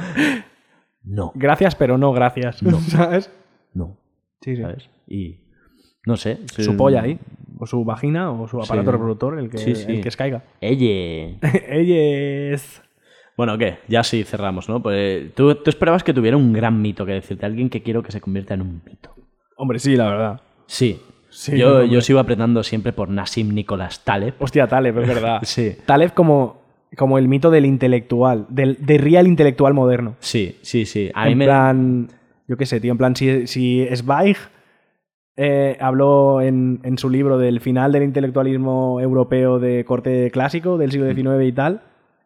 no,
Gracias, pero no gracias.
No.
[LAUGHS] ¿Sabes?
no,
Sí, sí.
¿sabes? Y no sé. soy
Su
un-
polla ahí. O su vagina, o su aparato
Sí.
reproductor, el que,
Sí, sí.
el que caiga. [LAUGHS]
Elle.
Ella es.
Bueno, ¿qué? Ya sí cerramos, ¿no? Pues, eh, ¿tú, tú esperabas que tuviera un gran mito que decirte, alguien que quiero que se convierta en un mito.
Hombre, sí, la verdad.
Sí.
Sí,
yo,
hombre.
yo sigo apretando siempre por Nassim Nicolás Taleb.
Hostia, Taleb, es verdad.
[LAUGHS] Sí.
Taleb como, como el mito del intelectual, del de real intelectual moderno.
Sí, sí, sí. A mí
en
me.
plan, yo qué sé, tío, en plan, si, si Zweig eh, habló en, en su libro del final del intelectualismo europeo de corte clásico del
Mm.
siglo XIX y tal,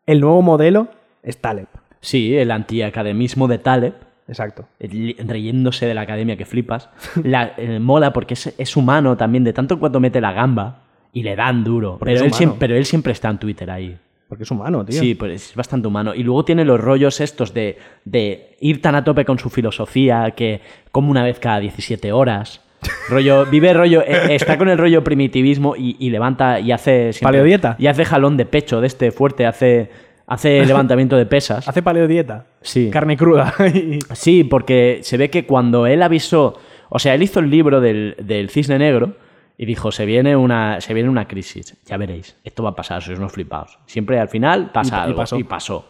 el nuevo modelo es Taleb.
Sí, el antiacademismo de Taleb.
Exacto.
eh, li- riéndose de la academia que
[LAUGHS]
flipas. La, eh, mola porque es, es humano también, de tanto en cuanto mete la gamba y le dan duro. Pero
Porque es
él,
humano.
siempre, pero él siempre está en Twitter ahí.
Porque es humano, tío.
Sí, pues es bastante humano. Y luego tiene los rollos estos de, de ir tan a tope con su filosofía que como una vez cada 17
[LAUGHS]
horas. Rollo, vive rollo, eh, está con el rollo primitivismo y, y levanta y hace. siempre-
Paleodieta.
Y hace jalón de pecho de este fuerte, hace,
[LAUGHS]
hace levantamiento de pesas.
Hace paleodieta.
Sí.
Carne cruda. [LAUGHS] y-
Sí, porque se ve que cuando él avisó, o sea, él hizo el libro del, del cisne negro Y dijo, se viene, una, se viene una crisis, ya veréis, esto va a pasar, sois unos flipados. Siempre al final pasa
Y pa- y
algo,
pasó.
y pasó.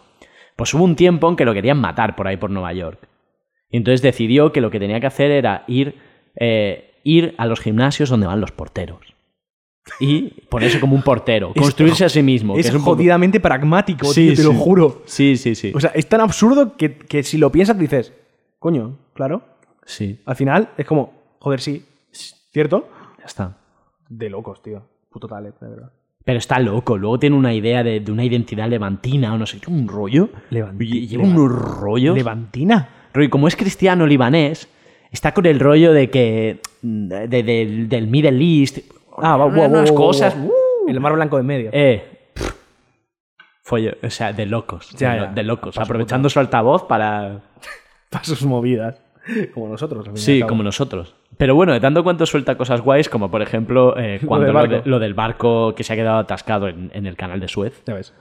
Pues hubo un tiempo en que lo querían matar por ahí por Nueva York. Y entonces decidió que lo que tenía que hacer era ir, eh, ir a los gimnasios donde van los porteros. Y ponerse como un portero,
[LAUGHS] Es-
construirse a sí mismo. que
es
un poco-
jodidamente pragmático,
Sí,
tío, te lo
sí.
juro.
Sí, sí, sí.
O sea, es tan absurdo que, que si lo piensas dices, coño, claro.
sí,
Al final es como, joder, sí, ¿cierto?
ya está.
De locos, tío. Puto talent, de verdad.
Pero está loco. Luego tiene una idea de, de una identidad levantina o no sé qué, un rollo.
Levanti-
Y- y Lleva
levan-
unos rollos.
Levantina.
Rollo, y como es cristiano libanés, está con el rollo de que. de- de- del Middle East.
Ah, va, wow,
unas
wow, wow,
cosas.
wow. El mar blanco en medio.
Eh. pff, Follo, o sea, de locos.
Ya,
de,
ya.
lo- de locos.
Paso
Aprovechando su altavoz para.
[LAUGHS] Para sus movidas. Como nosotros. al fin y al
Sí,
cabo.
como nosotros. Pero bueno, de tanto cuanto suelta cosas guays, como por ejemplo eh, cuando [LAUGHS]
del
lo,
barco.
de- lo del barco que se ha quedado atascado en- en el canal de Suez.
Ya ves.